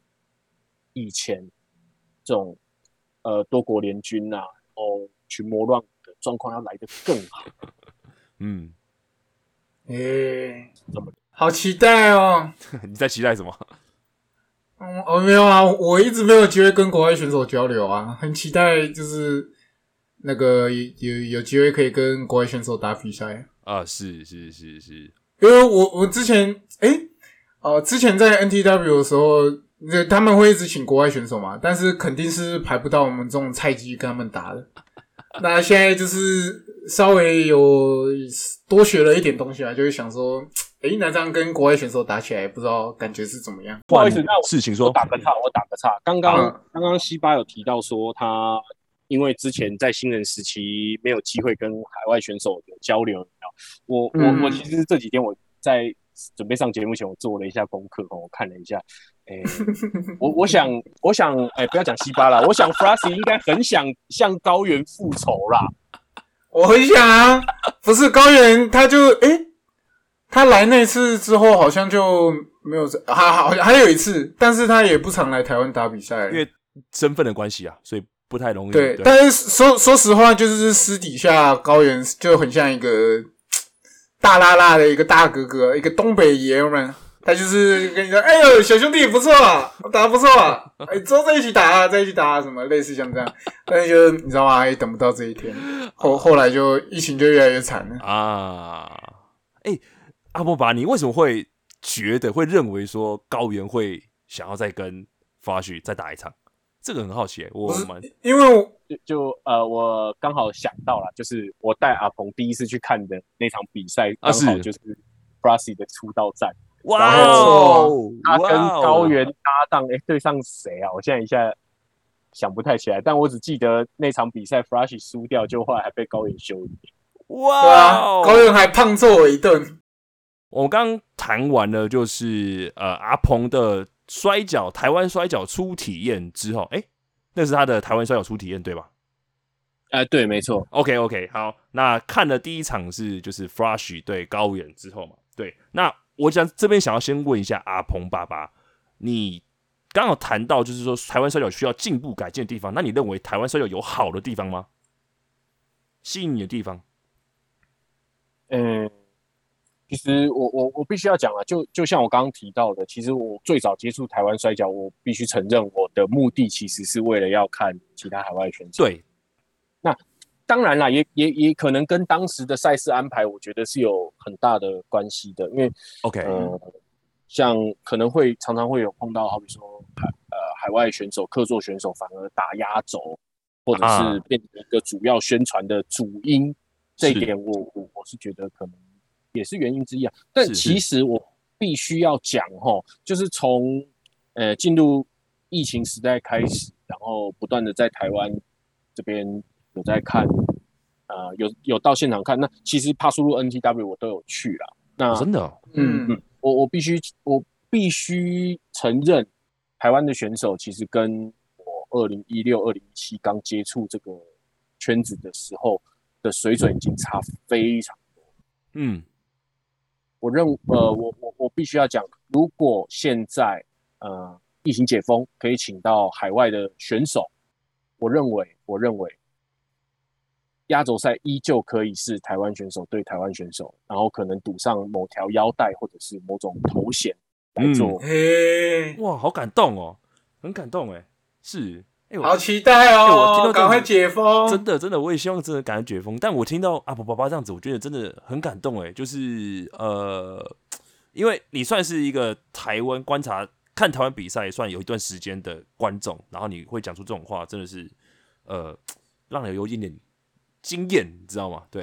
Speaker 3: 以前这种呃多国联军啊，然后群魔乱舞的状况要来得更好？
Speaker 1: 嗯，
Speaker 2: 诶
Speaker 3: 怎么，
Speaker 2: 哎好期待哦。
Speaker 1: 你在期待什么？
Speaker 2: 嗯，哦，没有啊，我一直没有机会跟国外选手交流啊，很期待就是那个有有有机会可以跟国外选手打比赛，
Speaker 1: 啊，是是是是，
Speaker 2: 因为我我之前诶，哦、之前在 NTW 的时候，那他们会一直请国外选手嘛，但是肯定是排不到我们这种菜鸡跟他们打的。那现在就是稍微有多学了一点东西啊，就会想说，诶，那这样跟国外选手打起来，不知道感觉是怎么样？
Speaker 3: 不好意思那我
Speaker 1: 事情
Speaker 3: 我
Speaker 1: 说，
Speaker 3: 打个岔，我打个岔。刚刚
Speaker 2: 嗯
Speaker 3: 刚刚西巴有提到说，他因为之前在新人时期没有机会跟海外选手有交流，有没有我
Speaker 2: 嗯
Speaker 3: 我我其实这几天我在准备上节目前，我做了一下功课哦，我看了一下， 诶、我我想我想，诶、不要讲西巴啦，我想 f r a s y 应该很想向高原复仇啦。
Speaker 2: 我很想 啊，不是高原，他就诶、他来那次之后好像就没有，还好还有一次，但是他也不常来台湾打比赛，
Speaker 1: 因为身份的关系啊，所以不太容易。
Speaker 2: 对，但是说说实话，就是私底下高原就很像一个大辣辣的一个大哥哥，一个东北爷们儿。他就是跟你说：“哎呦，小兄弟不错啊，打得不错 啊，哎，之后在一起打啊，在一起打啊，什么类似像这样。”但是就是你知道吗？也等不到这一天，后后来就疫情就越来越惨了。
Speaker 1: 啊，哎、阿波巴，你为什么会觉得会认为说高原会想要再跟发旭再打一场？这个很好奇、欸，我
Speaker 2: 不是
Speaker 1: 蛮
Speaker 2: 因为我
Speaker 3: 就就呃，我刚好想到了，就是我带阿鹏第一次去看的那场比赛，
Speaker 1: 啊
Speaker 3: 刚
Speaker 1: 是
Speaker 3: 好就是 f r a s y 的出道战。
Speaker 1: 哇
Speaker 2: 然
Speaker 1: 哦
Speaker 2: 后，
Speaker 1: 哇
Speaker 3: 他
Speaker 1: 哦
Speaker 3: 跟高原搭档，哎、对上谁啊？我现在一下想不太起来，但我只记得那场比赛 Flash 输掉，就后来还被高远修理。
Speaker 2: 对
Speaker 1: 哇
Speaker 2: 啊，
Speaker 1: 哦、
Speaker 2: 高远还胖揍我一顿。
Speaker 1: 我刚谈完了，就是呃阿鹏的摔跤，台湾摔跤初体验之后，哎、那是他的台湾摔跤初体验对吧
Speaker 3: 哎、对，没错，
Speaker 1: ？OK OK，好，那看了第一场是就是 Flash 对高远之后嘛，对，那我想这边想要先问一下阿鹏爸爸，你刚好谈到就是说台湾摔跤需要进步改进的地方，那你认为台湾摔跤有好的地方吗？吸引你的地方？
Speaker 3: 嗯，其实我我我必须要讲啊，就就像我刚刚提到的，其实我最早接触台湾摔跤，我必须承认我的目的其实是为了要看其他海外选手。
Speaker 1: 对，
Speaker 3: 当然啦，也也也可能跟当时的赛事安排，我觉得是有很大的关系的，因为
Speaker 1: OK，、
Speaker 3: 呃，像可能会常常会有碰到，好比说海呃海外选手、客座选手反而打压轴，或者
Speaker 1: 啊
Speaker 3: 是变成一个主要宣传的主因，这一
Speaker 1: 是
Speaker 3: 点我我我是觉得可能也是原因之一啊。但
Speaker 1: 是是
Speaker 3: 其实我必须要讲吼，就是从呃进入疫情时代开始，然后不断的在台湾这边有在看，呃有有到现场看，那其实帕苏路 NTW 我都有去啦。那
Speaker 1: 哦真的哦、
Speaker 2: 嗯，
Speaker 3: 嗯我我必须我必须承认，台湾的选手其实跟我二零一六、二零一七刚接触这个圈子的时候的水准已经差非常。
Speaker 1: 嗯，
Speaker 3: 我认呃，我我我必须要讲，如果现在呃疫情解封，可以请到海外的选手，我认为我认为压轴赛依旧可以是台湾选手对台湾选手，然后可能赌上某条腰带或者是某种头衔来做。
Speaker 2: 嘿，
Speaker 1: 哇，好感动哦，很感动哎，是，哎、
Speaker 2: 好
Speaker 1: 我
Speaker 2: 期待
Speaker 1: 哎我听
Speaker 2: 哦
Speaker 1: 到这种！
Speaker 2: 赶快解封，
Speaker 1: 真的真的，我也希望真的赶快解封。但我听到阿婆爸爸这样子，我觉得真的很感动哎，就是呃，因为你算是一个台湾观察看台湾比赛算有一段时间的观众，然后你会讲出这种话，真的是呃，让人有一点惊艳，你知道吗？对，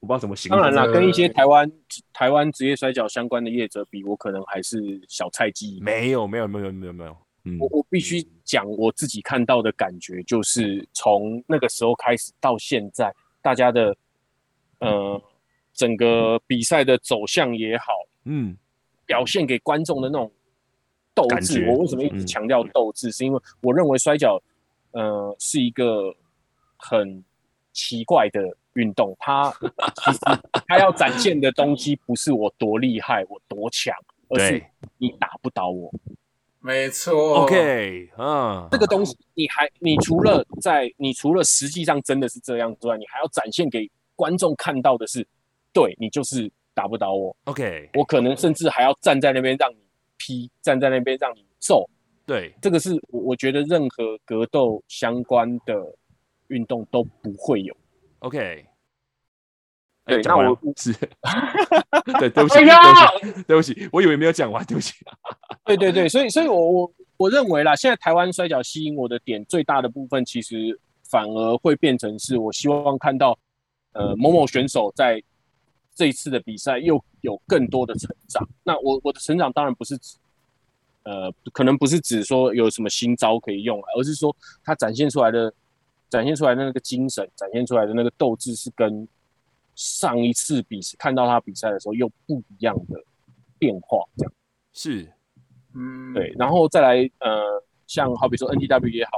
Speaker 1: 我不知道怎么形
Speaker 3: 当
Speaker 1: 容。
Speaker 3: 然啦，
Speaker 2: 这个
Speaker 3: 跟一些台湾台湾职业摔跤相关的业者比，我可能还是小菜鸡一
Speaker 1: 没有没有没有没有没有，嗯
Speaker 3: 我，我必须讲我自己看到的感觉，就是从那个时候开始到现在，大家的呃整个比赛的走向也好，
Speaker 1: 嗯，
Speaker 3: 表现给观众的那种斗
Speaker 1: 感
Speaker 3: 志。
Speaker 1: 觉
Speaker 3: 我为什么一直
Speaker 1: 嗯
Speaker 3: 强调斗志？是因为我认为摔跤呃是一个很奇怪的运动，它 其实它要展现的东西不是我多厉害，我多强，而是
Speaker 1: 对
Speaker 3: 你打不倒我。
Speaker 2: 没错。
Speaker 1: ，OK，嗯，
Speaker 3: 这个东西，你还你除了在你除了实际上真的是这样之外，你还要展现给观众看到的是，对你就是打不倒我，
Speaker 1: OK，
Speaker 3: 我可能甚至还要站在那边让你劈，站在那边让你揍。
Speaker 1: 对，
Speaker 3: 这个是我我觉得任何格斗相关的运动都不会有。
Speaker 1: OK，
Speaker 3: 对
Speaker 1: 哎讲
Speaker 3: 那
Speaker 1: 完
Speaker 3: 我
Speaker 1: 了 是，对，对不起，
Speaker 2: 哎
Speaker 1: 对
Speaker 2: 呀
Speaker 1: 不起，对不起，我以为没有讲完，对不起。啊
Speaker 3: 对对对，所以所以我我我认为啦，现在台湾摔角吸引我的点最大的部分，其实反而会变成是我希望看到，呃，某某选手在这一次的比赛又有更多的成长。那我我的成长当然不是指，呃，可能不是指说有什么新招可以用啊，而是说他展现出来的展现出来的那个精神，展现出来的那个斗志是跟上一次比看到他比赛的时候又不一样的变化，这样。
Speaker 1: 是，
Speaker 2: 嗯，
Speaker 3: 对，然后再来呃，像好比说 NTW 也好，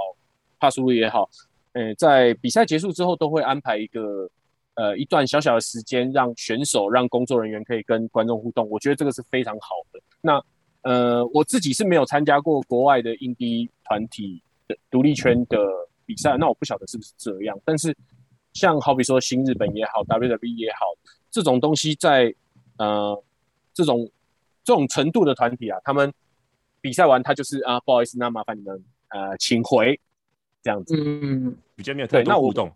Speaker 3: 帕苏路也好，呃，在比赛结束之后都会安排一个呃一段小小的时间，让选手、让工作人员可以跟观众互动，我觉得这个是非常好的。那呃，我自己是没有参加过国外的印第团体的独立圈的比赛，那我不晓得是不是这样，但是像好比说新日本也好，WWE 也好，这种东西在呃这种这种程度的团体啊，他们比赛完他就是啊，不好意思，那麻烦你们呃请回这样子。
Speaker 2: 嗯，
Speaker 1: 比较没有
Speaker 3: 对
Speaker 1: 太多
Speaker 3: 那我
Speaker 1: 互动。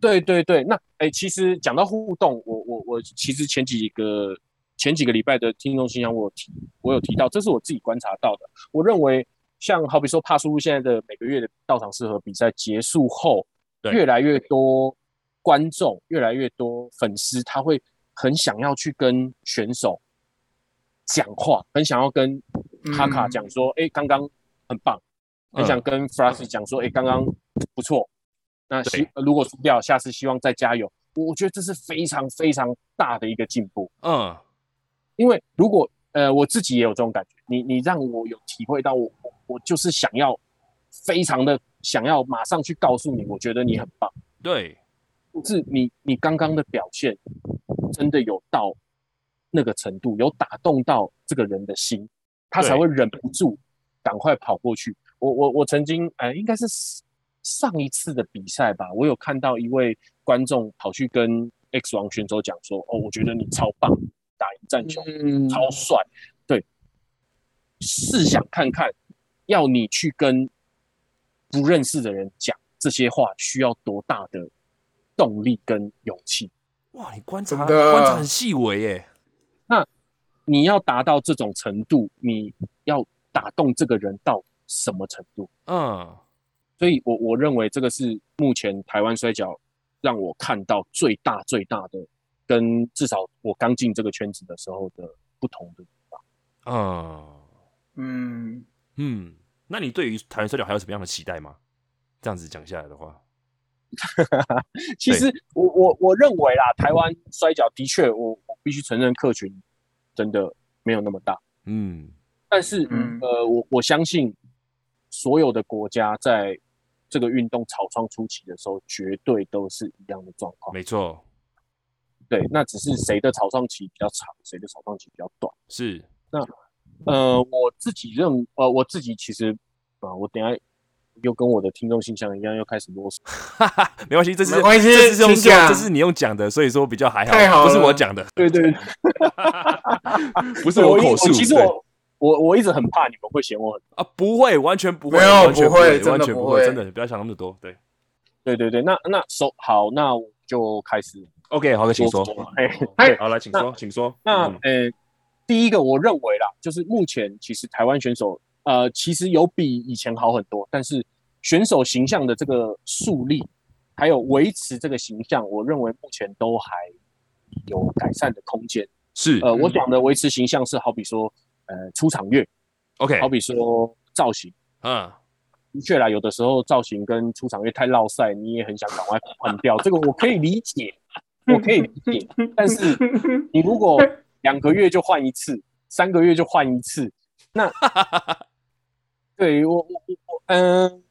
Speaker 3: 对对对，那哎，其实讲到互动，我我我其实前几个前几个礼拜的听众信箱，我有提我有提到，这是我自己观察到的。我认为，像好比说帕苏路现在的每个月的到场适合比赛结束后，
Speaker 1: 对
Speaker 3: 越来越多观众，越来越多粉丝，他会很想要去跟选手讲话，很想要跟
Speaker 2: 嗯
Speaker 3: 卡卡讲说，哎、刚刚很棒，很想跟 Flashy 讲说，哎、刚刚不错，那希呃
Speaker 1: 对
Speaker 3: 如果输掉，下次希望再加油。我我觉得这是非常非常大的一个进步，
Speaker 1: 嗯，
Speaker 3: 因为如果呃我自己也有这种感觉，你你让我有体会到我我我就是想要非常的想要马上去告诉你，我觉得你很棒。
Speaker 1: 对，
Speaker 3: 是你你刚刚的表现真的有到那个程度，有打动到这个人的心，他
Speaker 1: 对
Speaker 3: 才会忍不住赶快跑过去。我我我曾经呃，应该是上一次的比赛吧，我有看到一位观众跑去跟 X 王选手讲说：“哦，我觉得你超棒，打赢战熊。”
Speaker 2: 嗯，
Speaker 3: 超帅。对，试想看看，要你去跟不认识的人讲这些话，需要多大的动力跟勇气？
Speaker 1: 哇，你观察
Speaker 2: 真的
Speaker 1: 观察很细微耶，
Speaker 3: 你要达到这种程度，你要打动这个人到什么程度？
Speaker 1: 嗯，
Speaker 3: 所以我我认为这个是目前台湾摔跤让我看到最大最大的，跟至少我刚进这个圈子的时候的不同的。
Speaker 1: 嗯，
Speaker 2: 嗯，
Speaker 1: 嗯，那你对于台湾摔角还有什么样的期待吗？这样子讲下来的话，
Speaker 3: 其实我我我认为啦，台湾摔跤的确，我我必须承认客群真的没有那么大，
Speaker 1: 嗯，
Speaker 3: 但是、
Speaker 2: 嗯
Speaker 3: 呃，我我相信所有的国家在这个运动草创初期的时候，绝对都是一样的状况。
Speaker 1: 没错，
Speaker 3: 对，那只是谁的草创期比较长，谁的草创期比较短。
Speaker 1: 是，
Speaker 3: 呃，我自己认，呃，我自己其实啊、我等一下又跟我的听众信箱一样，又开始啰嗦。
Speaker 1: 哈哈，没关系，这是
Speaker 2: 没关系
Speaker 1: 这是用
Speaker 2: 请讲
Speaker 1: 这是你用讲的，所以说比较还好，
Speaker 2: 太好了
Speaker 1: 不是我讲的，
Speaker 3: 对 对
Speaker 1: 不
Speaker 3: 不
Speaker 1: 是我口述，
Speaker 3: 其实
Speaker 1: 对
Speaker 3: 我我我一直很怕你们会嫌我很。
Speaker 1: 啊，不会，完全不会，
Speaker 2: 没有
Speaker 1: 完全
Speaker 2: 不会真的
Speaker 1: 完全
Speaker 2: 不
Speaker 1: 会，
Speaker 2: 会
Speaker 1: 真的不要想那么多。对
Speaker 3: 对对对，那那手好，那我就开始
Speaker 1: ，OK，好，请说。
Speaker 3: 说。哎，
Speaker 1: 哎，好，来，请说，请说。
Speaker 3: 那
Speaker 1: 嗯
Speaker 3: 呃，第一个我认为啦，就是目前其实台湾选手呃，其实有比以前好很多，但是选手形象的这个树立，还有维持这个形象，我认为目前都还有改善的空间。
Speaker 1: 是
Speaker 3: 呃，我讲的维持形象是好比说呃出场乐，
Speaker 1: OK，
Speaker 3: 好比说造型。
Speaker 1: 嗯，
Speaker 3: 的确啦，有的时候造型跟出场越太落赛，你也很想赶快换掉，这个我可以理解，我可以理解。 但是你如果两个月就换一次，三个月就换一次，那对我我我我嗯、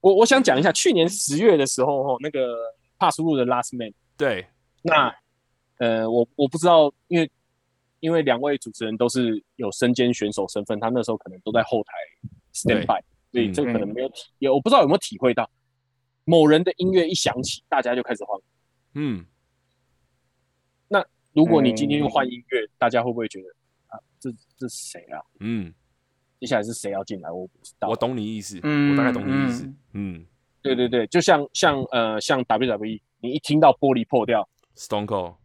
Speaker 3: 我我想讲一下，去年十月的时候哦，那个帕苏路的 Last Man，
Speaker 1: 对，
Speaker 3: 那呃，我我不知道，因为因为两位主持人都是有身兼选手身份，他那时候可能都在后台 stand by，所
Speaker 1: 嗯
Speaker 3: 以这个可能没有体，也我不知道有没有体会到，某人的音乐一响起，大家就开始换。
Speaker 1: 嗯，
Speaker 3: 如果你今天又换音乐，大家会不会觉得啊，这这是谁啊？
Speaker 1: 嗯，
Speaker 3: 接下来是谁要进来？我不知道。
Speaker 1: 我懂你意思，
Speaker 2: 嗯
Speaker 1: 我大概懂你意思。嗯
Speaker 3: 对对对，就像像呃像 WWE，你一听到玻璃破掉，
Speaker 1: ，Stone Cold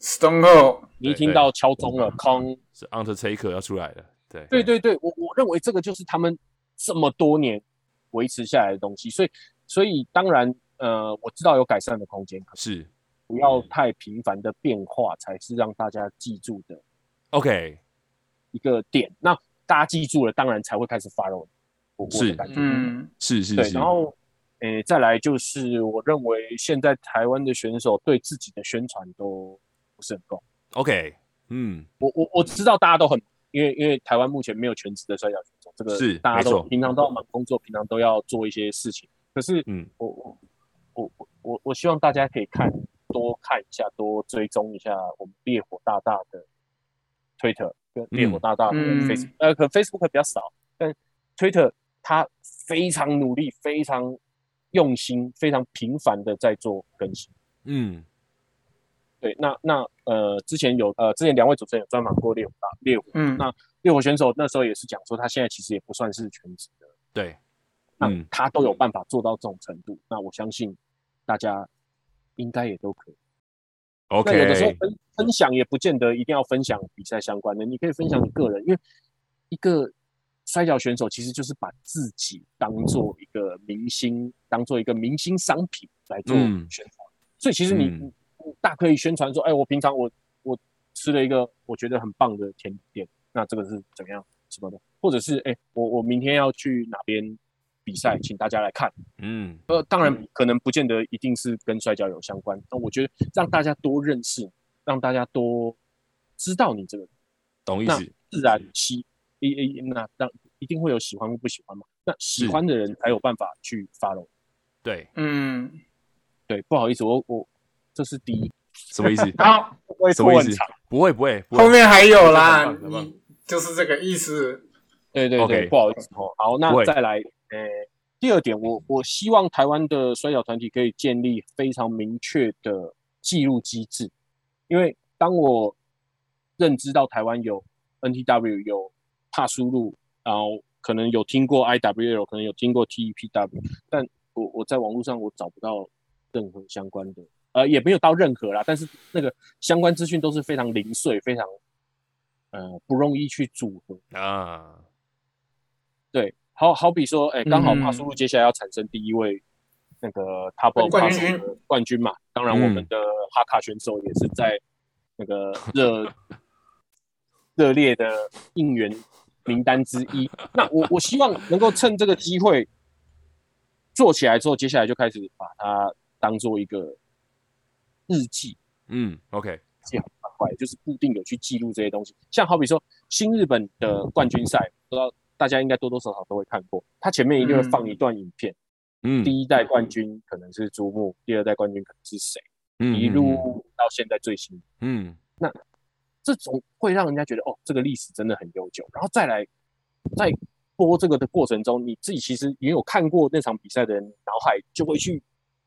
Speaker 2: Stone Cold，
Speaker 3: 你一
Speaker 1: 对
Speaker 3: 听
Speaker 1: 对
Speaker 3: 到敲钟了，空
Speaker 1: 是 Undertaker 要出来了，对，
Speaker 3: 对对对，我我认为这个就是他们这么多年维持下来的东西，所以所以当然呃，我知道有改善的空间，可是
Speaker 1: 是
Speaker 3: 不要
Speaker 1: 嗯
Speaker 3: 太频繁的变化才是让大家记住的
Speaker 1: OK，
Speaker 3: 一个点。那大家记住了，当然才会开始 follow 我我
Speaker 1: 是
Speaker 3: 的感觉。
Speaker 2: 嗯
Speaker 1: 是是
Speaker 3: 对，
Speaker 1: 是
Speaker 3: 然，后诶、呃再来就是我认为现在台湾的选手对自己的宣传都不是很够。
Speaker 1: OK，嗯，
Speaker 3: 我我我知道大家都很，因为因为台湾目前没有全职的摔跤选手，这个
Speaker 1: 是
Speaker 3: 大家
Speaker 1: 没
Speaker 3: 都
Speaker 1: 错
Speaker 3: 平常都要忙工作，平常都要做一些事情。可是，
Speaker 1: 嗯，
Speaker 3: 我我我我我我希望大家可以看多看一下，多追踪一下我们烈火大大的 Twitter 跟烈火大大的
Speaker 2: 嗯
Speaker 3: Facebook，、呃，可 Facebook 比较少，但 Twitter 他非常努力，非常用心，非常频繁的在做更新。
Speaker 1: 嗯，
Speaker 3: 对，那那呃，之前有呃，之前两位主持人有专访过烈火大烈火。
Speaker 2: 嗯
Speaker 3: 那烈火选手那时候也是讲说，他现在其实也不算是全职的，
Speaker 1: 对，
Speaker 3: 那
Speaker 1: 嗯
Speaker 3: 他都有办法做到这种程度。那我相信大家应该也都可以。那有的时候
Speaker 1: ，OK，
Speaker 3: 分分享也不见得一定要分享比赛相关的，你可以分享你个
Speaker 1: 嗯
Speaker 3: 人，因为一个摔跤选手其实就是把自己当做一个明星，当做一个明星商品来做
Speaker 1: 嗯
Speaker 3: 宣传。所以其实你、
Speaker 1: 嗯
Speaker 3: 你大可以宣传说，哎，我平常我我吃了一个我觉得很棒的甜点，那这个是怎么样什么的，或者是哎，我我明天要去哪边比赛，请大家来看。
Speaker 1: 嗯，
Speaker 3: 呃，当然可能不见得一定是跟摔跤有相关，那我觉得让大家多认识，让大家多知道你这个人，
Speaker 1: 懂意
Speaker 3: 那
Speaker 1: 思。
Speaker 3: 自然喜一一那当一定会有喜欢或不喜欢嘛。那喜
Speaker 1: 是
Speaker 3: 欢的人才有办法去 follow。
Speaker 1: 对，
Speaker 2: 嗯，
Speaker 3: 对，不好意思，我我这是第一，
Speaker 1: 什么意 思？
Speaker 2: 然后
Speaker 3: 我
Speaker 1: 什么意
Speaker 3: 很
Speaker 1: 思
Speaker 3: 长。？
Speaker 1: 不会，不会，不
Speaker 2: 嗯后
Speaker 1: 会，
Speaker 2: 面还有啦
Speaker 1: 很，棒很棒
Speaker 2: 你就是这个意思。
Speaker 3: 对对
Speaker 1: OK
Speaker 3: 对，不好意思哦。好，
Speaker 1: 不
Speaker 3: 那
Speaker 1: 会
Speaker 3: 再来，呃，第二点，我我希望台湾的摔跤团体可以建立非常明确的记录机制，因为当我认知到台湾有 NTW 有帕输入，然后可能有听过 IWL，可能有听过 TEPW，但我我在网络上我找不到任何相关的，呃，也没有到任何啦，但是那个相关资讯都是非常零碎，非常呃不容易去组合。
Speaker 1: 啊，
Speaker 3: 对，好好比说，哎、刚好
Speaker 2: 嗯
Speaker 3: 帕苏路接下来要产生第一位那个 Top of
Speaker 2: 冠
Speaker 3: Pass
Speaker 2: 军
Speaker 3: 的冠军嘛，当然我们的哈卡选手也是在那个热热烈的应援名单之一。那我我希望能够趁这个机会做起来之后，接下来就开始把它当做一个日记，
Speaker 1: 嗯，OK，
Speaker 3: 块，就是固定有去记录这些东西。像好比说新日本的冠军赛，不知道大家应该多多少少都会看过，它前面一定会放一段影片，
Speaker 1: 嗯，
Speaker 3: 第一代冠军可能是朱木，第二代冠军可能是谁，
Speaker 1: 嗯
Speaker 3: 一路到现在最新，
Speaker 1: 嗯
Speaker 3: 这种会让人家觉得哦，这个历史真的很悠久。然后再来，在播这个的过程中，你自己其实也有看过那场比赛的人，脑海就会去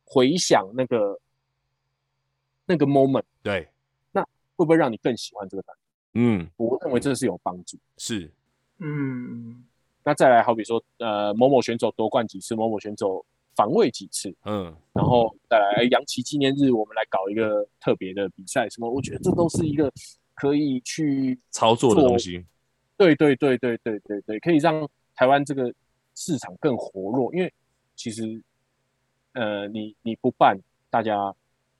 Speaker 3: 回想那个那个 moment，
Speaker 1: 对，
Speaker 3: 会不会让你更喜欢这个团队？
Speaker 1: 嗯
Speaker 3: 我认为这是有帮助。
Speaker 1: 是，
Speaker 2: 嗯，
Speaker 3: 那再来，好比说，呃，某某选手夺冠几次，某某选手防卫几次，
Speaker 1: 嗯
Speaker 3: 然后再来哎扬旗纪念日，我们来搞一个特别的比赛，什么？我觉得这都是一个可以去，
Speaker 1: 操作的东西，
Speaker 3: 对对对对对对对，可以让台湾这个市场更活络，因为其实，呃，你你不办，大家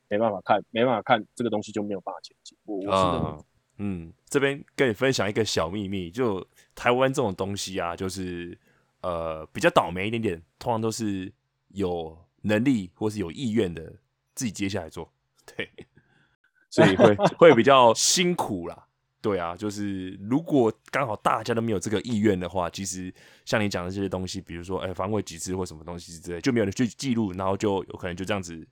Speaker 3: 没办法看，没办法看这个东西就没有办法前进。我我是认为
Speaker 1: 啊，嗯，这边跟你分享一个小秘密，就台湾这种东西啊，就是呃比较倒霉一点点，通常都是有能力或是有意愿的自己接下来做， 对，所以 会会比较辛苦啦。对啊，就是如果刚好大家都没有这个意愿的话，其实像你讲的这些东西，比如说哎、防卫几次或什么东西之类，就没有人去记录，然后就有可能就这样子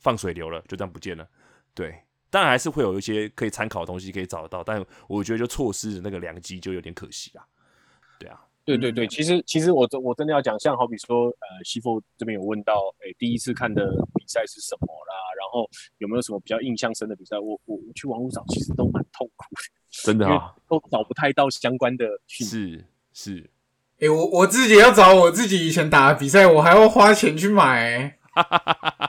Speaker 1: 放水流了，就这样不见了。对，当然还是会有一些可以参考的东西可以找得到，但我觉得就错失了那个良机就有点可惜啊。对啊，
Speaker 3: 对对对，其实其实我真我真的要讲，像好比说，呃，西佛这边有问到，哎，第一次看的比赛是什么啦？然后有没有什么比较印象深的比赛？我我我去网络找，其实都蛮痛苦
Speaker 1: 真
Speaker 3: 的，
Speaker 1: 的
Speaker 3: 因为
Speaker 1: 啊，
Speaker 3: 都找不太到相关的讯息。
Speaker 1: 是是，
Speaker 2: 诶、我我自己要找我自己以前打的比赛，我还要花钱去买、欸。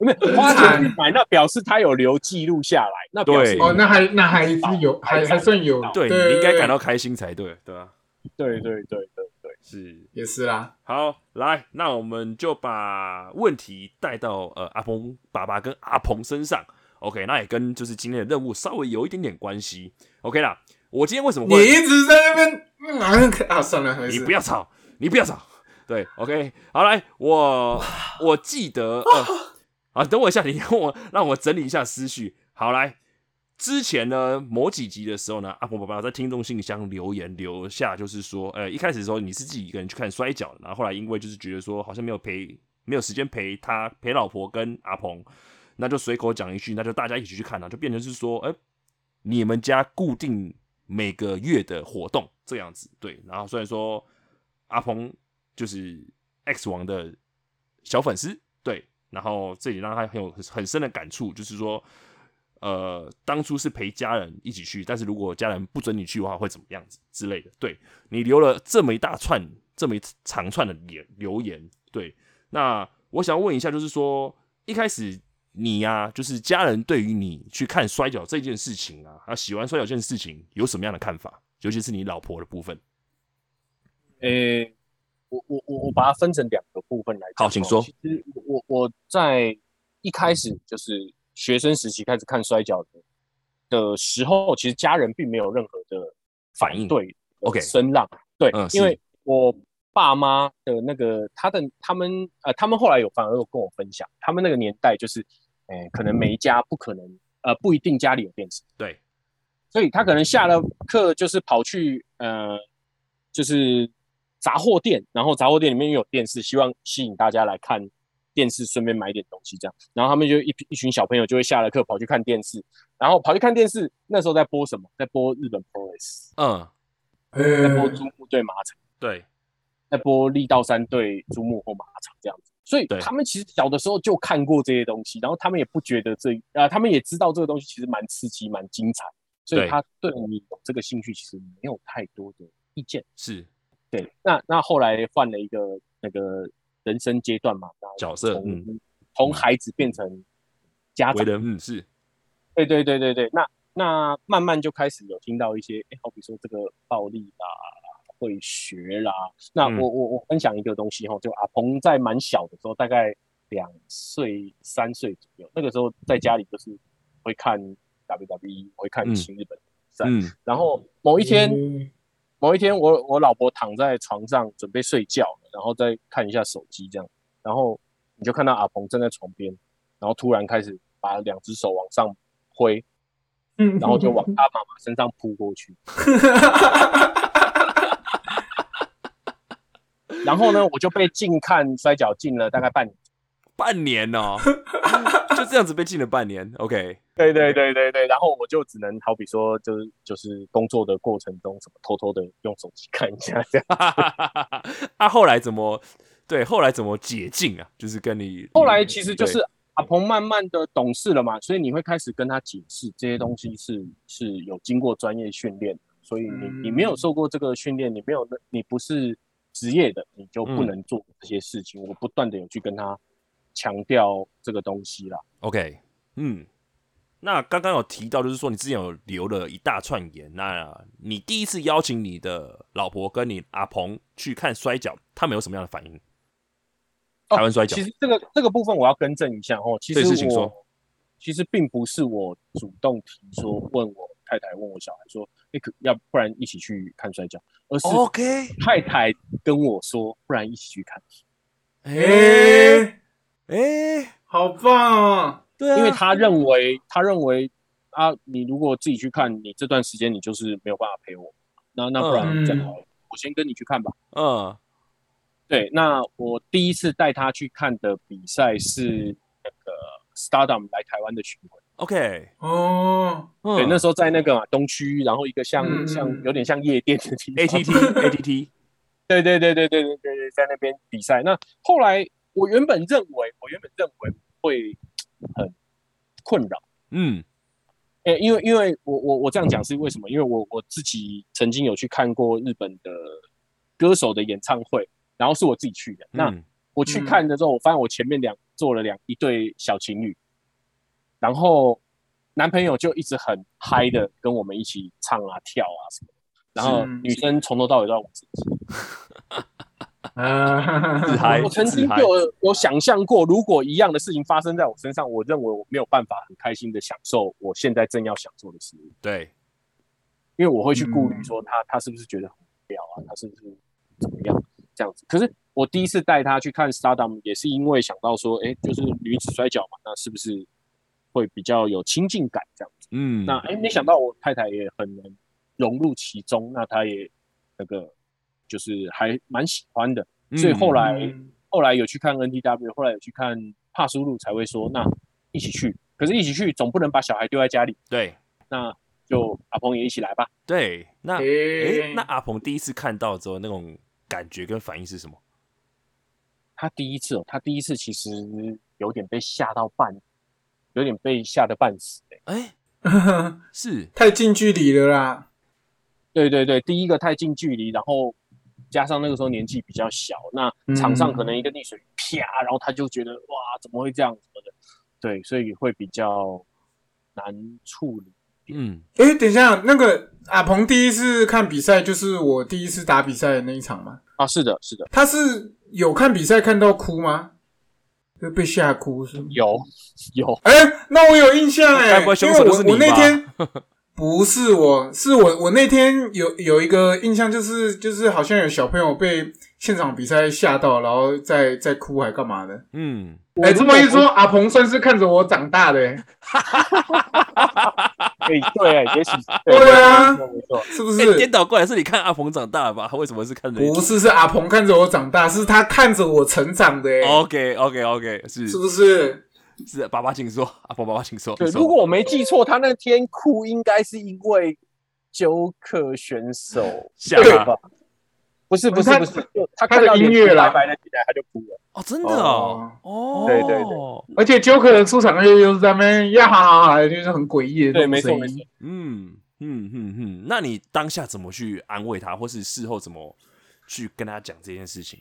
Speaker 3: 没有花钱去买，那表示他有留记录下来，那表示
Speaker 1: 对
Speaker 2: 哦，那还那还是有，还还算有，
Speaker 1: 对
Speaker 2: 对
Speaker 1: 你应该感到开心才对，对啊，
Speaker 3: 对对对对对，
Speaker 1: 是
Speaker 2: 也是啦。
Speaker 1: 好，来，那我们就把问题带到呃阿鹏爸爸跟阿鹏身上。OK，那也跟就是今天的任务稍微有一点点关系。OK 啦，我今天为什么
Speaker 2: 你
Speaker 1: 会
Speaker 2: 一直在那边，嗯啊啊，算了，没
Speaker 1: 你
Speaker 2: 事
Speaker 1: 不。要吵，你不要吵。对，OK，好来，我我记得，呃，啊，等我一下，你让我让我整理一下思绪。好来，之前呢某几集的时候呢，啊阿婆爸爸在听众信箱留言留下，就是说，呃，一开始的时候你是自己一个人去看摔跤的，然后后来因为就是觉得说好像没有陪没有时间陪他陪老婆跟阿鹏，那就随口讲一句，那就大家一起去看了、就变成是说，哎、你们家固定每个月的活动这样子，对。然后虽然说阿鹏就是 X 王的小粉丝，对，然后这里让他很有很深的感触，就是说，呃，当初是陪家人一起去，但是如果家人不准你去的话，会怎么样子之类的，对。你留了这么一大串、这么一长串的言留言。对，那我想问一下，就是说一开始你呀、就是家人对于你去看摔跤这件事情啊，啊，喜欢摔跤这件事情有什么样的看法？尤其是你老婆的部分。
Speaker 3: 诶，我我我我把它分成两个部分来讲。哦
Speaker 1: 好请说
Speaker 3: 其实我我我在一开始就是学生时期开始看摔跤的的时候，其实家人并没有任何的
Speaker 1: 反应
Speaker 3: 对呃
Speaker 1: OK
Speaker 3: 声浪，对
Speaker 1: 嗯，是
Speaker 3: 因为我爸妈的那个他的他们呃，他们后来有反而有跟我分享，他们那个年代就是，哎、可能
Speaker 1: 嗯
Speaker 3: 每一家不可能呃不一定家里有电视，
Speaker 1: 对，
Speaker 3: 所以他可能下了课就是跑去呃就是杂货店，然后杂货店里面又有电视，希望吸引大家来看电视，顺便买点东西这样。然后他们就一批一群小朋友就会下了课跑去看电视，然后跑去看电视，那时候在播什么？在播日本 p r o r s
Speaker 1: 嗯，
Speaker 3: 在播
Speaker 2: 呃，
Speaker 3: 珠穆对马场。
Speaker 1: 对，
Speaker 3: 在播力道山对珠穆或马场这样子，所以
Speaker 1: 对
Speaker 3: 他们其实小的时候就看过这些东西，然后他们也不觉得这呃，他们也知道这个东西其实蛮刺激、蛮精彩，所
Speaker 1: 对
Speaker 3: 以他对你有这个兴趣其实没有太多的意见。
Speaker 1: 是
Speaker 3: 对，那那后来换了一个那个人生阶段嘛，然后
Speaker 1: 角色，
Speaker 3: 从
Speaker 1: 嗯，
Speaker 3: 从孩子变成家
Speaker 1: 为
Speaker 3: 长，
Speaker 1: 人，嗯，是
Speaker 3: 对对对对对，那那慢慢就开始有听到一些，哎，好比说这个暴力啦，会学啦。那我、
Speaker 1: 嗯
Speaker 3: 我我分享一个东西哈，就阿鹏在蛮小的时候，大概两岁三岁左右，那个时候在家里就是会看 WWE，会看
Speaker 1: 嗯
Speaker 3: 新日本比赛。
Speaker 1: 嗯，
Speaker 3: 然后某一天，
Speaker 2: 嗯
Speaker 3: 某一天我我老婆躺在床上准备睡觉了，然后再看一下手机这样，然后你就看到阿鹏站在床边，然后突然开始把两只手往上挥，
Speaker 2: 嗯
Speaker 3: 然 后就往他妈妈身上扑过去。然后呢，我就被禁看摔跤禁了大概半年。
Speaker 1: 半年哦， 就这样子被禁了半年，OK，
Speaker 3: 对对对对对，然后我就只能好比说，就是就是工作的过程中，怎么偷偷的用手机看一下这样。
Speaker 1: 啊，后来怎么？对，后来怎么解禁啊？就是跟你
Speaker 3: 后来其实就是
Speaker 1: 对
Speaker 3: 阿鹏慢慢的懂事了嘛，所以你会开始跟他解释这些东西是是有经过专业训练的，所以
Speaker 2: 嗯
Speaker 3: 你你没有受过这个训练，你没有那你不是职业的，你就不
Speaker 1: 嗯
Speaker 3: 能做这些事情。我不断的有去跟他强调这个东西啦。
Speaker 1: OK，嗯，那刚刚有提到，就是说你之前有留了一大串言，那你第一次邀请你的老婆跟你阿鹏去看摔跤，他们有什么样的反应？
Speaker 3: 哦
Speaker 1: 台湾摔跤
Speaker 3: 其实这个这个部分我要更正一下哦，其
Speaker 1: 对是
Speaker 3: 实
Speaker 1: 请说
Speaker 3: 我其实并不是我主动提说问我太太问我小孩说，哎、可要不然一起去看摔跤，而是
Speaker 1: OK，
Speaker 3: 太太跟我说，不然一起去看，
Speaker 1: 哎
Speaker 2: 诶，
Speaker 1: 哎，
Speaker 2: 呃好棒哦！
Speaker 1: 对啊，
Speaker 3: 因为她认为她认为啊，你如果自己去看，你这段时间你就是没有办法陪我，那那不然这样好了，我先跟你去看吧。
Speaker 1: 嗯
Speaker 3: 对，那我第一次带她去看的比赛是那个 Stardom 来台湾的巡回。
Speaker 1: ，OK，
Speaker 2: 哦，
Speaker 1: 嗯
Speaker 3: 对，那 时候在那个嘛东区，然后一个像、
Speaker 2: 嗯
Speaker 3: 像有点像夜店的地方。
Speaker 1: ATT ATT，
Speaker 3: 对对对对对对对对，在那边比赛。那后来我原本认为，我原本认为会很困扰，
Speaker 1: 嗯
Speaker 3: 诶、欸因为因为我我我这样讲是为什么？因为我我自己曾经有去看过日本的歌手的演唱会，然后是我自己去的。那
Speaker 1: 嗯
Speaker 3: 我去看的时候，我发现我前面两坐了两一对小情侣，然后男朋友就一直很嗨的跟我们一起唱啊跳啊什么的，然后
Speaker 2: 嗯
Speaker 3: 女生从头到尾都在玩手机。
Speaker 2: 啊，
Speaker 1: 自 嗨
Speaker 3: 我曾
Speaker 1: 自
Speaker 3: 经
Speaker 1: 嗨
Speaker 3: 就有有想象过，如果一样的事情发生在我身上，我认为我没有办法很开心的享受我现在正要享受的事物，
Speaker 1: 对，
Speaker 3: 因为我会去顾虑说他他是不是觉得很无聊啊，他是不是怎么样这样子。可是我第一次带他去看 Stardom，也是因为想到说，哎，就是女子摔跤嘛，那是不是会比较有亲近感这样子？
Speaker 1: 嗯，
Speaker 3: 那哎，诶没想到我太太也很能融入其中，那她也那个就是还蛮喜欢的，所以后来
Speaker 2: 嗯
Speaker 3: 后来有去看 NTW，后来有去看帕苏路，才会说那一起去。可是，一起去总不能把小孩丢在家里，
Speaker 1: 对
Speaker 3: 那就阿鹏也一起来吧。
Speaker 1: 对，那哎、
Speaker 2: 诶
Speaker 1: 那阿鹏第一次看到之后那种感觉跟反应是什么？
Speaker 3: 他第一次哦，他第一次其实有点被吓到半，有点被吓得半死、欸。
Speaker 1: 哎、是
Speaker 2: 太近距离了啦，
Speaker 3: 对对对，第一个太近距离，然后加上那个时候年纪比较小，那场上
Speaker 2: 嗯
Speaker 3: 可能一个溺水啪，然后他就觉得哇，怎么会这样什么的，对，所以会比较难处理。
Speaker 1: 嗯
Speaker 2: 诶，等一下，那个阿鹏第一次看比赛就是我第一次打比赛的那一场嘛，
Speaker 3: 啊，是的，是的，
Speaker 2: 他是有看比赛看到哭吗？就被吓哭是吗？
Speaker 3: 有有，
Speaker 2: 哎、那我有印象哎、
Speaker 1: 该不会
Speaker 2: 因
Speaker 1: 凶
Speaker 2: 为
Speaker 1: 手
Speaker 2: 我
Speaker 1: 是你
Speaker 2: 我那
Speaker 1: 吧
Speaker 2: 天 不是我，是我我那天有有一个印象，就是就是好像有小朋友被现场比赛吓到，然后再再哭还干嘛的？
Speaker 1: 嗯，
Speaker 2: 哎、这么一说，阿鹏算是看着我长大的、欸，
Speaker 3: 哎、对，也许
Speaker 2: 对啊
Speaker 3: 没错没错，
Speaker 2: 是不
Speaker 1: 哎、
Speaker 2: 是？
Speaker 1: 颠倒过来是你看阿鹏长大的吧？他为什么是看着你
Speaker 2: 不是，是阿鹏看着我长大，是他看着我成长的、欸，
Speaker 3: 哦
Speaker 1: ？OK OK OK，是
Speaker 2: 是不是？
Speaker 1: 是，爸爸请说，阿鹏爸爸请说。
Speaker 3: 对，
Speaker 1: 请说
Speaker 3: 如果我没记错，他那天哭应该是因为纠克选手
Speaker 1: 下
Speaker 2: 对
Speaker 1: 巴
Speaker 3: 吧？不是不是
Speaker 2: 他
Speaker 3: 不是，就
Speaker 2: 他
Speaker 3: 他看
Speaker 2: 的
Speaker 3: 到
Speaker 2: 音
Speaker 3: 脸
Speaker 2: 乐
Speaker 3: 色
Speaker 2: 啦
Speaker 3: 白白的起来，他就哭了。
Speaker 1: 哦，真的哦，哦，
Speaker 3: 对对
Speaker 1: 对，
Speaker 2: 而且 Joker 的出场又又是在那边呀哈哈哈，就是很诡异的
Speaker 3: 对，
Speaker 2: 那种
Speaker 3: 没错
Speaker 2: 声
Speaker 3: 没
Speaker 2: 音
Speaker 3: 错。。
Speaker 1: 嗯嗯嗯嗯，那你当下怎么去安慰他，或是事后怎么去跟他讲这件事情？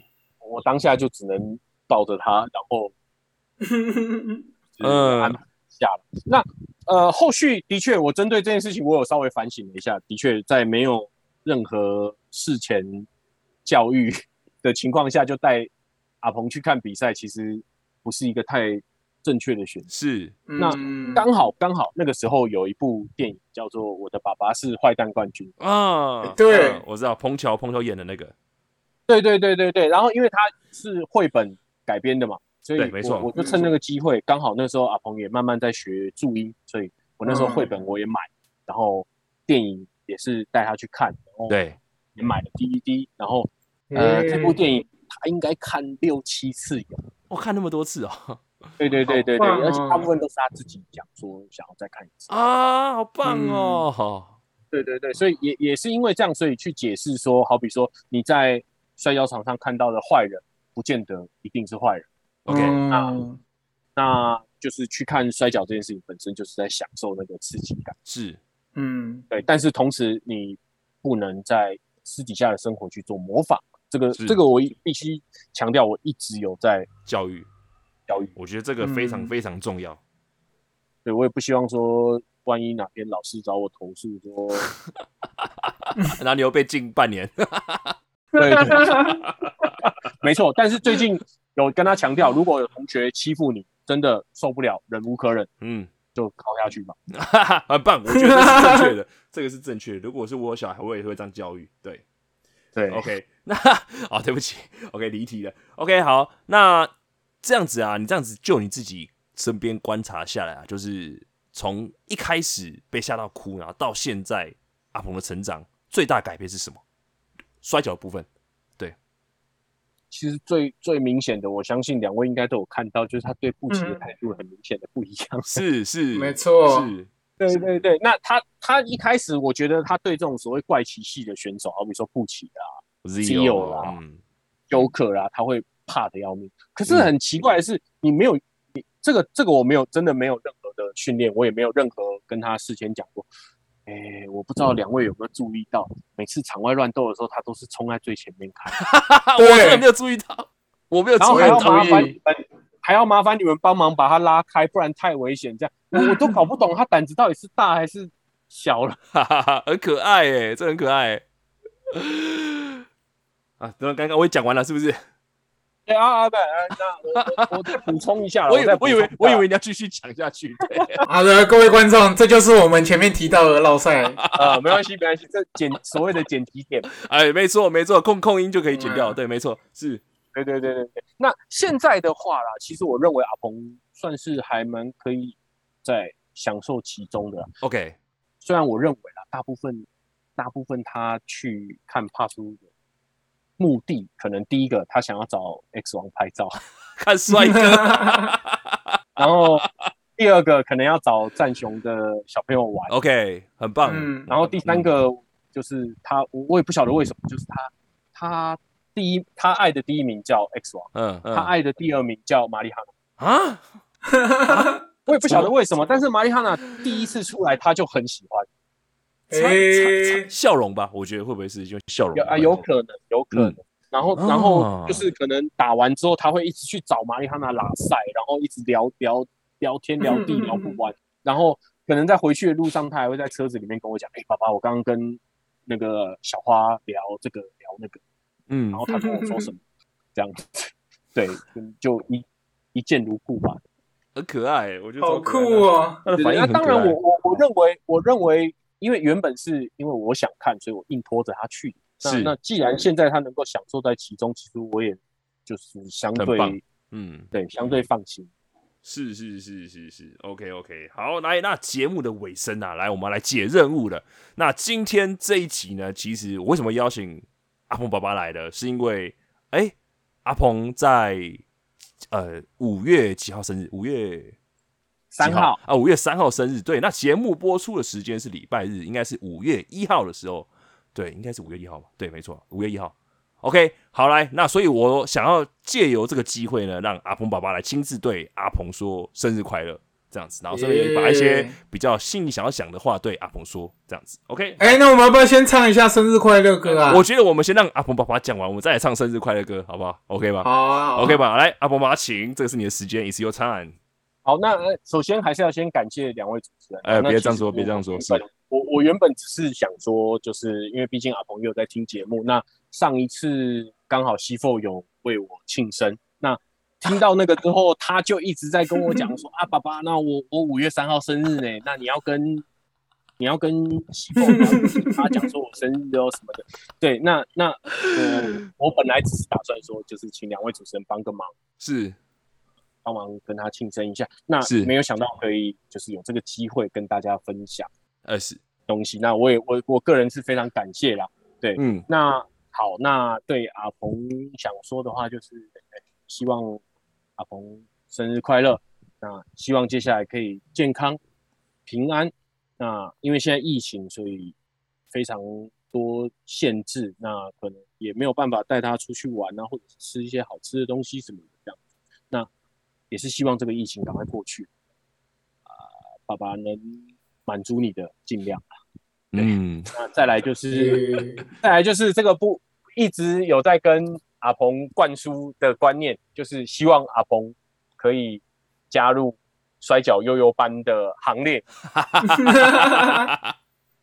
Speaker 3: 我当下就只能抱着他，然后
Speaker 1: 嗯
Speaker 3: 嗯安排一下了。那呃，后续的确，我针对这件事情，我有稍微反省了一下，的确在没有任何事前教育的情况下，就带阿鹏去看比赛，其实不是一个太正确的选择。
Speaker 1: 是，
Speaker 3: 那
Speaker 2: 嗯
Speaker 3: 刚好刚好那个时候有一部电影叫做《我的爸爸是坏蛋冠军》，
Speaker 1: 啊，
Speaker 2: 对
Speaker 1: 嗯我知道彭乔彭乔演的那个，
Speaker 3: 对对对对对，然后因为它是绘本改编的嘛，所以
Speaker 1: 对没错
Speaker 3: 我我就趁那个机会，刚好那时候阿鹏也慢慢在学注音，所以我那
Speaker 1: 嗯
Speaker 3: 时候绘本我也买，然后电影也是带他去看，然后
Speaker 1: 对，
Speaker 3: 也买了 DVD，然后呃
Speaker 2: 欸
Speaker 3: 这部电影他应该看六七次有，
Speaker 1: 我看那么多次 哦，
Speaker 3: 对对对对对，
Speaker 2: 好棒哦
Speaker 3: 而且大部分都是他自己讲说想要再看一次，
Speaker 1: 啊，好棒哦，
Speaker 3: 对对对，所以也也是因为这样，所以去解释说，好比说你在摔跤场上看到的坏人，不见得一定是坏人。
Speaker 1: OK，
Speaker 2: 嗯
Speaker 3: 那就是去看摔跤这件事情本身就是在享受那个刺激感，
Speaker 1: 是，
Speaker 2: 嗯，
Speaker 3: 对。但是同时你不能在私底下的生活去做模仿，这个
Speaker 1: 是
Speaker 3: 这个我一必须强调，我一直有在
Speaker 1: 教育，
Speaker 3: 教育，
Speaker 1: 我觉得这个非常
Speaker 2: 嗯
Speaker 1: 非常重要。
Speaker 3: 对我也不希望说万一哪天老师找我投诉 说，
Speaker 1: 然后你又被禁半年，
Speaker 3: 对对没错。但是最近有跟他强调，如果有同学欺负你，真的受不了，忍无可忍，
Speaker 1: 嗯，
Speaker 3: 就考下去吧。
Speaker 1: 哈哈，很棒，我觉得这是正确的，这个是正确的。如果是我有小孩，我也会这样教育。对
Speaker 3: 对
Speaker 1: ，OK，那哦，对不起，OK，离题了。OK，好，那这样子啊，你这样子就你自己身边观察下来啊，就是从一开始被吓到哭，然后到现在阿鹏的成长，最大改变是什么？摔跤的部分，
Speaker 3: 其实最最明显的，我相信两位应该都有看到，就是他对布奇的
Speaker 2: 嗯
Speaker 3: 态度很明显的不一样。
Speaker 1: 是是，
Speaker 2: 没错
Speaker 1: 是，
Speaker 3: 对对对，那他他一开始我觉得他对这种所谓怪奇系的选手，好比说布奇啊、Zio 啦
Speaker 1: 嗯，
Speaker 3: Joker 啊，他会怕的要命。可是很奇怪的是，你没有你这个这个我没有真的没有任何的训练，我也没有任何跟他事先讲过。哎，我不知道两位有没有注意到，每次场外乱斗的时候，他都是冲在最前面看。
Speaker 1: 哈哈，我
Speaker 2: 对
Speaker 1: 真的没有注意到，我没有
Speaker 3: 然后
Speaker 1: 注意
Speaker 3: 还
Speaker 1: 到
Speaker 3: 要
Speaker 2: 我也
Speaker 3: 麻
Speaker 2: 同
Speaker 3: 烦
Speaker 2: 意
Speaker 3: 你们，还要麻烦你们帮忙把他拉开，不然太危险。这样我我都搞不懂他胆子到底是大还是小了。
Speaker 1: 哈哈哈，很可爱哎，这很可爱欸。啊，等等，刚刚我也讲完了，是不是？
Speaker 3: 对啊啊对， 啊那我我我再补充一下啦，
Speaker 1: 我以
Speaker 3: 再
Speaker 1: 为
Speaker 3: 补
Speaker 1: 我以
Speaker 3: 充一
Speaker 1: 为
Speaker 3: 下
Speaker 1: 我以为你要继续讲下去。对
Speaker 2: 好的，各位观众，这就是我们前面提到的绕 赛，
Speaker 3: 啊，没关系没关系，这剪所谓的剪辑点。
Speaker 1: 哎，没错没错，控控音就可以剪掉。
Speaker 2: 嗯
Speaker 1: 对，没错，是
Speaker 3: 对对对对对。那现在的话啦，其实我认为阿鹏算是还蛮可以在享受其中的啦。
Speaker 1: OK。
Speaker 3: 虽然我认为啦，大部分大部分他去看帕苏的目的，可能第一个他想要找 X 王拍照，
Speaker 1: 看 帅哥，
Speaker 3: 然后第二个可能要找战雄的小朋友玩，
Speaker 1: ，OK，很棒。
Speaker 2: 嗯
Speaker 3: 然后第三个就是他，我我也不晓得为什么，就是他他第一他爱的第一名叫 X 王，
Speaker 1: 嗯嗯
Speaker 3: 他爱的第二名叫玛丽哈娜。
Speaker 1: 啊，
Speaker 3: 我也不晓得为什么，但是玛丽哈娜第一次出来，他就很喜欢，
Speaker 1: 擦擦
Speaker 2: 诶
Speaker 1: 擦笑容吧，我觉得会不会是因为笑容
Speaker 3: 有啊，有可能，有可能。然后，然
Speaker 1: 哦
Speaker 3: 后就是可能打完之后，他会一直去找玛丽哈娜拉塞，然后一直聊聊聊天聊地
Speaker 2: 嗯嗯嗯
Speaker 3: 聊不完。然后可能在回去的路上，他还会在车子里面跟我讲：“哎，爸爸，我刚刚跟那个小花聊这个聊那个，
Speaker 1: 嗯
Speaker 3: 然后他跟我说什 么，这样子，对，就一一见如故吧。
Speaker 1: 很可爱，我觉得
Speaker 2: 好
Speaker 1: 超可爱的
Speaker 2: 酷！哦！
Speaker 1: 他的
Speaker 3: 对
Speaker 1: 反应
Speaker 3: 那
Speaker 1: 很可
Speaker 3: 啊当
Speaker 1: 爱
Speaker 3: 然我，我我认为，我认为，因为原本是因为我想看，所以我硬拖着他去。那
Speaker 1: 是
Speaker 3: 那既然现在他能够享受在其中，其实我也就是相
Speaker 1: 很
Speaker 3: 对
Speaker 1: 棒嗯，
Speaker 3: 对相对放心。
Speaker 1: 是是是是是，OK OK，好，来，那节目的尾声啊，来，我们来解任务了。那今天这一集呢，其实我为什么邀请阿鹏爸爸来的，是因为，哎、阿鹏在呃五月几号生日？五月
Speaker 3: 三
Speaker 1: 几
Speaker 3: 号，
Speaker 1: 啊，五月三号生日。对，那节目播出的时间是礼拜日，应该是五月一号的时候。对，应该是五月一号吧？对，没错，五月一号。OK，好来，那所以我想要借由这个机会呢，让阿鹏爸爸来亲自对阿鹏说生日快乐，这样子，然后顺便把一些
Speaker 2: 耶
Speaker 1: 比较心里想要讲的话对阿鹏说，这样子。OK，、
Speaker 2: 哎，那我们要不要先唱一下生日快乐歌啊？
Speaker 1: 我觉得我们先让阿鹏爸爸讲完，我们再来唱生日快乐歌，好不好？OK 吧、
Speaker 2: 好啊好啊
Speaker 1: o k 吧？来，阿鹏爸爸，请，这个是你的时间，It's your time。
Speaker 3: 好，那呃首先还是要先感谢两位主持人。
Speaker 1: 哎
Speaker 3: 那
Speaker 1: 别
Speaker 3: 其实
Speaker 1: 这样说
Speaker 3: 我
Speaker 1: 别这样说是
Speaker 3: 原本我我原本只是想说，就是因为毕竟阿鹏也有在听节目，那上一次刚好西凤有为我庆生，那听到那个之后，他就一直在跟我讲 说啊，爸爸，那我我五月三号生日呢，那你要跟。你要跟西凤 然后跟他讲说我生日哦什么的，对，那那我我本来只是打算说，就是请两位主持人帮个忙。
Speaker 1: 是
Speaker 3: 帮忙跟他庆生一下。那
Speaker 1: 是
Speaker 3: 没有想到可以就是有这个机会跟大家分享
Speaker 1: 二十，
Speaker 3: 东西。那我也我我个人是非常感谢啦。
Speaker 1: 嗯，
Speaker 3: 那好，那对阿鹏想说的话就是，呃希望阿鹏生日快乐。那希望接下来可以健康平安。那因为现在疫情，所以非常多限制，那可能也没有办法带他出去玩啊，或者是吃一些好吃的东西什么的这样。那也是希望这个疫情赶快过去。啊、爸爸能满足你的尽量。
Speaker 1: 嗯，
Speaker 3: 那再 来就是。
Speaker 2: 耶
Speaker 3: 再来就是这个不一直有在跟阿鹏灌输的观念，就是希望阿鹏可以加入摔跤悠悠班的行列。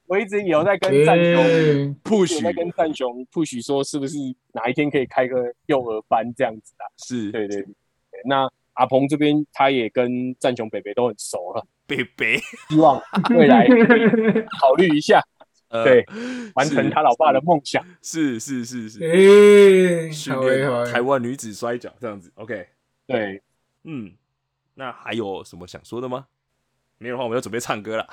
Speaker 3: 我一直有在跟战雄，
Speaker 2: 耶
Speaker 1: 不
Speaker 3: 有
Speaker 1: 许
Speaker 3: 在跟战雄 push 说，是不是哪一天可以开个幼儿班这样子啊？
Speaker 1: 是
Speaker 3: 对对对，那阿鹏这边他也跟战雄北北都很熟了，
Speaker 1: 北北，
Speaker 3: 希望未来可以考虑一下
Speaker 1: 呃
Speaker 3: 对完成他老爸的梦想。
Speaker 1: 是是是是，
Speaker 2: 耶，
Speaker 1: 训
Speaker 2: 好诶好
Speaker 1: 练台
Speaker 2: 诶，
Speaker 1: 湾女子摔跤这样子。OK，
Speaker 3: 对，
Speaker 1: 嗯，那还有什么想说的吗？没有的话，我们要准备唱歌了。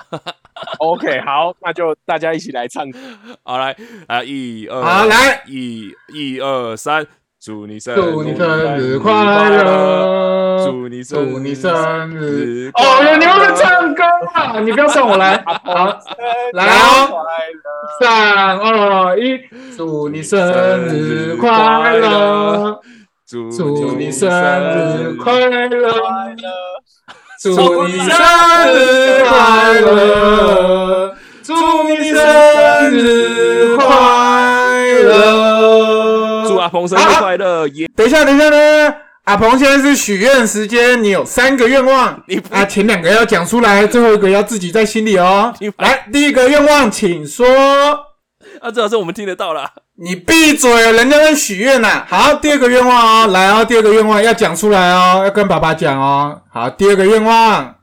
Speaker 3: OK，好，那就大家一起来唱歌。
Speaker 1: 好，来，啊，一二，
Speaker 2: 好来，
Speaker 1: 一一二三，祝你生
Speaker 2: 祝你生日快乐，
Speaker 1: 祝你生
Speaker 2: 祝你生日
Speaker 1: 快
Speaker 2: 哦，
Speaker 1: 乐
Speaker 2: 你又在唱歌啊！你不要算我来， 好，来哦，三二哦一，祝你生日快乐，
Speaker 1: 祝
Speaker 2: 祝你生日快乐，
Speaker 3: 乐，
Speaker 2: 祝你生日快乐，祝你生日快乐。
Speaker 1: 祝阿鹏生日快乐！耶！
Speaker 2: 等一下，等一下呢？阿鹏现在是许愿时间，你有三个愿望，
Speaker 1: 你不
Speaker 2: 啊，前两个要讲出来，最后一个要自己在心里哦
Speaker 1: 你。不
Speaker 2: 来，第一个愿望，请说。
Speaker 1: 啊，至少是我们听得到啦。
Speaker 2: 你闭嘴，人家在许愿呐。好，第二个愿望哦，来哦，第二个愿望要讲出来哦，要跟爸爸讲哦。好，第二个愿望，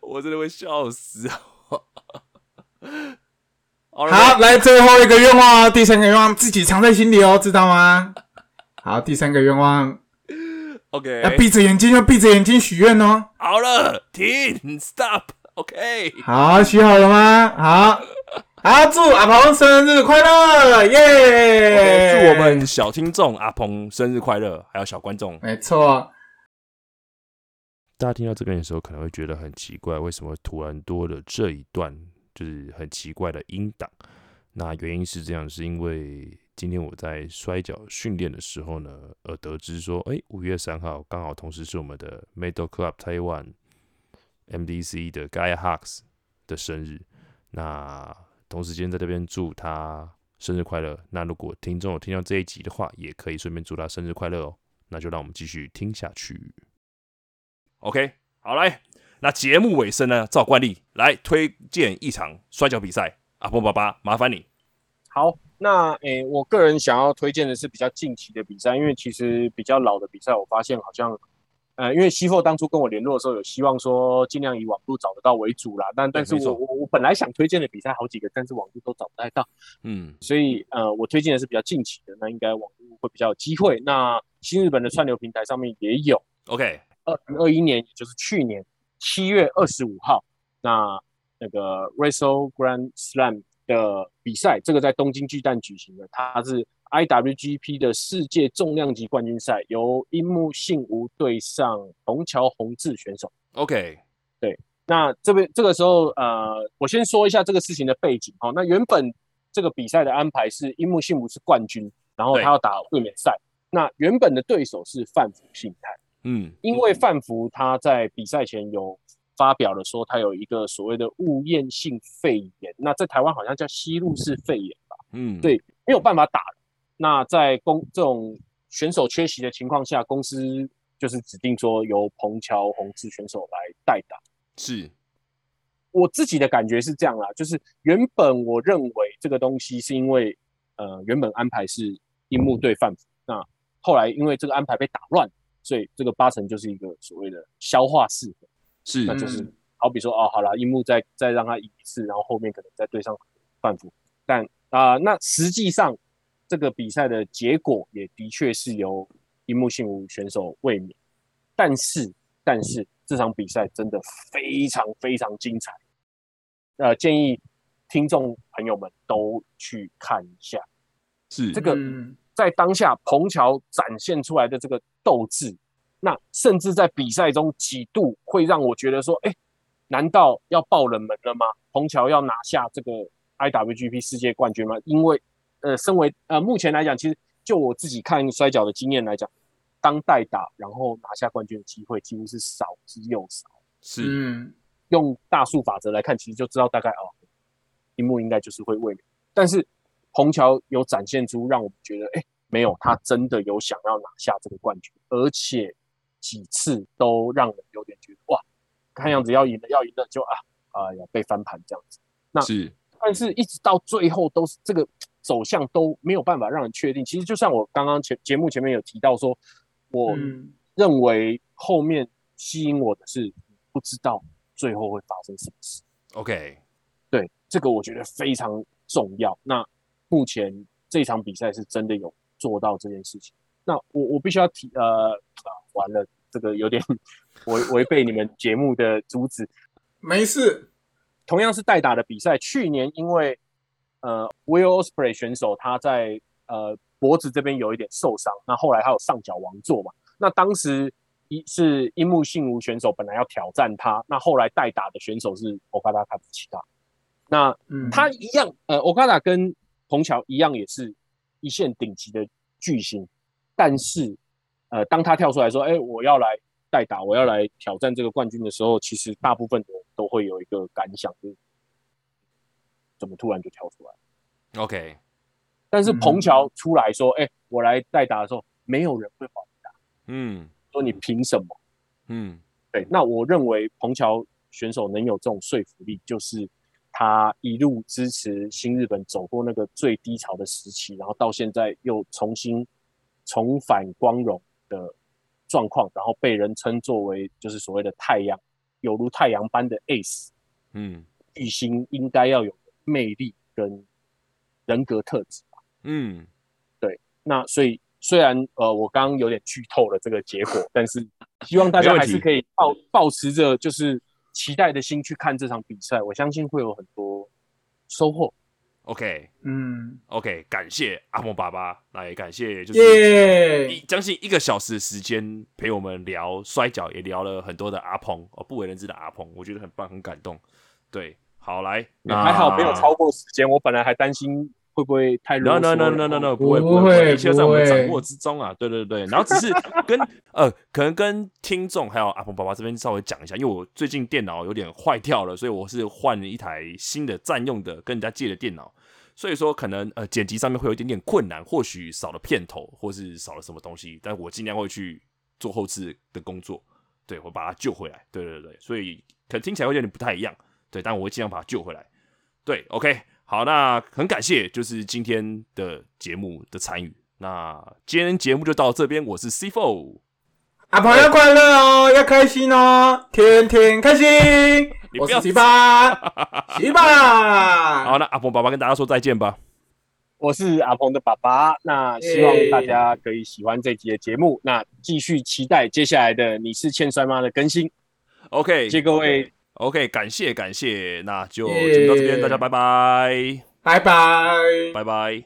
Speaker 1: 我真的会笑死啊！ 好了，
Speaker 2: 好，来最后一个愿望哦，第三个愿望自己藏在心里哦，知道吗？好，第三个愿望
Speaker 1: ，OK，
Speaker 2: 要闭着眼睛，要闭着眼睛许愿哦。
Speaker 1: 好了，停，Stop，OK，、
Speaker 2: 好，洗好了吗？好，好，祝阿鹏生日快乐，耶
Speaker 1: OK，祝我们小听众阿鹏生日快乐，还有小观众。
Speaker 2: 没错，
Speaker 1: 大家听到这边的时候，可能会觉得很奇怪，为什么突然多了这一段就是很奇怪的音档？那原因是这样，是因为今天我在摔跤训练的时候呢，而得知说，哎、五月三号刚好同时是我们的 Metal Club Taiwan MDC 的 Guy Hawks 的生日，那同时间在这边祝他生日快乐。那如果听众有听到这一集的话，也可以顺便祝他生日快乐哦。那就让我们继续听下去。OK，好来，那节目尾声呢，照惯例来推荐一场摔跤比赛。阿波爸爸，麻烦你。
Speaker 3: 好，那诶、我个人想要推荐的是比较近期的比赛，因为其实比较老的比赛，我发现好像，呃，因为西凤当初跟我联络的时候，有希望说尽量以网络找得到为主啦，但但是
Speaker 1: 没错
Speaker 3: 我我我本来想推荐的比赛好几个，但是网络都找不太到，
Speaker 1: 嗯，
Speaker 3: 所以呃，我推荐的是比较近期的，那应该网络会比较有机会。那新日本的串流平台上面也有，
Speaker 1: OK，
Speaker 3: 二零二一年，也就是去年七月二十五号，那那个 Wrestle Grand Slam 的比赛，这个在东京巨蛋举行的，它是 IWGP 的世界重量级冠军赛，由樱木信吾对上虹桥宏志选手。
Speaker 1: OK，
Speaker 3: 那这边这个时候，呃，我先说一下这个事情的背景哦。那原本这个比赛的安排是樱木信吾是冠军，然后
Speaker 1: 对
Speaker 3: 他要打卫冕赛。那原本的对手是范福信太。
Speaker 1: 嗯，
Speaker 3: 因为范福他在比赛前有发表了说他有一个所谓的误咽性肺炎，那在台湾好像叫吸入式肺炎吧，
Speaker 1: 嗯，
Speaker 3: 对没有办法打了。那在公这种选手缺席的情况下，公司就是指定说由彭乔宏志选手来代打。
Speaker 1: 是，
Speaker 3: 我自己的感觉是这样啦，就是原本我认为这个东西是因为呃原本安排是樱木对范福，那后来因为这个安排被打乱，所以这个八成就是一个所谓的消化式
Speaker 1: 是，
Speaker 3: 那
Speaker 2: 嗯
Speaker 3: 就是好比说哦，好了，樱木再再让他赢一次，然后后面可能再对上范福，但啊、那实际上这个比赛的结果也的确是由樱木信吾选手卫冕，但是但是这场比赛真的非常非常精彩，呃，建议听众朋友们都去看一下。
Speaker 1: 是
Speaker 3: 这个
Speaker 2: 嗯，
Speaker 3: 在当下彭乔展现出来的这个斗志，那甚至在比赛中几度会让我觉得说，哎，难道要爆冷门了吗？彭乔要拿下这个 IWGP 世界冠军吗？因为呃，身为呃目前来讲，其实就我自己看摔跤的经验来讲，当代打然后拿下冠军的机会几乎是少之又少。
Speaker 1: 是，
Speaker 2: 嗯，
Speaker 3: 用大数法则来看，其实就知道大概哦，樱木应该就是会卫冕。但是虹桥有展现出让我们觉得，哎，没有，他真的有想要拿下这个冠军，而且几次都让人有点觉得，哇，看样子要赢了，要赢了，就啊，哎呀，被翻盘这样子。那
Speaker 1: 是，
Speaker 3: 但是一直到最后都是这个走向都没有办法让人确定。其实就像我刚刚前节目前面有提到说，我
Speaker 2: 嗯
Speaker 3: 认为后面吸引我的是你不知道最后会发生什么事。
Speaker 1: OK，
Speaker 3: 对，这个我觉得非常重要。那目前这场比赛是真的有做到这件事情。那我我必须要提呃啊，完了，这个有点违违背你们节目的主旨。
Speaker 2: 没事，
Speaker 3: 同样是代打的比赛，去年因为呃 Will Osprey 选手他在呃脖子这边有一点受伤，那后来他有上脚王座嘛，那当时一是樱木信吾选手本来要挑战他，那后来代打的选手是 Okada k a b u c h i 那
Speaker 2: 嗯，
Speaker 3: 他一样，呃，Okada 跟彭乔一样，也是一线顶级的巨星，但是，呃，当他跳出来说，哎，我要来代打，我要来挑战这个冠军的时候，其实大部分的人都会有一个感想，就是怎么突然就跳出来？
Speaker 1: OK，
Speaker 3: 但是
Speaker 2: 嗯
Speaker 3: 彭乔出来说，哎，我来代打的时候，没有人会怀疑
Speaker 1: 嗯
Speaker 3: 说你凭什么？
Speaker 1: 嗯
Speaker 3: 对，那我认为彭乔选手能有这种说服力，就是他一路支持新日本走过那个最低潮的时期，然后到现在又重新重返光荣的状况，然后被人称作为就是所谓的太阳，有如太阳般的 ace
Speaker 1: 嗯
Speaker 3: 巨星应该要有的魅力跟人格特质。
Speaker 1: 嗯，
Speaker 3: 那所以虽然呃我刚刚有点剧透了这个结果，但是希望大家
Speaker 1: 没问
Speaker 3: 还
Speaker 1: 题
Speaker 3: 是可以抱抱持着就是期待的心去看这场比赛，我相信会有很多收获。
Speaker 1: OK
Speaker 2: 嗯，
Speaker 1: OK，感谢阿莫爸爸，那也感谢就是一
Speaker 2: 耶，
Speaker 1: 将近一个小时的时间陪我们聊摔跤，也聊了很多的阿鹏哦，不为人知的阿鹏，我觉得很棒，很感动。对，好来，那
Speaker 3: 还好没有超过时间，我本来还担心会不会太啰
Speaker 1: No no
Speaker 3: 嗦了。哦
Speaker 1: no no no
Speaker 3: 然后
Speaker 1: no，不会
Speaker 2: 不
Speaker 1: 不会，
Speaker 2: 会
Speaker 1: 一切都在我们
Speaker 2: 不会
Speaker 1: 掌握之中啊！对对对，然后只是跟呃，可能跟听众还有阿鹏爸爸这边稍微讲一下，因为我最近电脑有点坏掉了，所以我是换了一台新的占用的跟人家借的电脑，所以说可能呃剪辑上面会有一点点困难，或许少了片头或是少了什么东西，但我尽量会去做后置的工作，对我把它救回来。对对对，所以可能听起来会有点不太一样，对，但我会尽量把它救回来。对，OK，好，那很感谢就是今天的节目的参与。那今天节目就到这边，我是 C Four，
Speaker 2: 阿鹏要快乐哦，要开心哦，天天开心。
Speaker 1: 你
Speaker 2: 我
Speaker 1: 不要
Speaker 2: 是奇葩，奇葩。
Speaker 1: 好，那阿鹏爸爸跟大家说再见吧。
Speaker 3: 我是阿鹏的爸爸，那希望大家可以喜欢这集的节目，那继续期待接下来的你是欠摔妈的更新，
Speaker 1: OK，
Speaker 3: 谢谢各位，
Speaker 1: OK，感谢感谢，那就
Speaker 2: 耶
Speaker 1: 节目到这边，大家拜拜，
Speaker 2: 拜拜。
Speaker 1: 拜拜。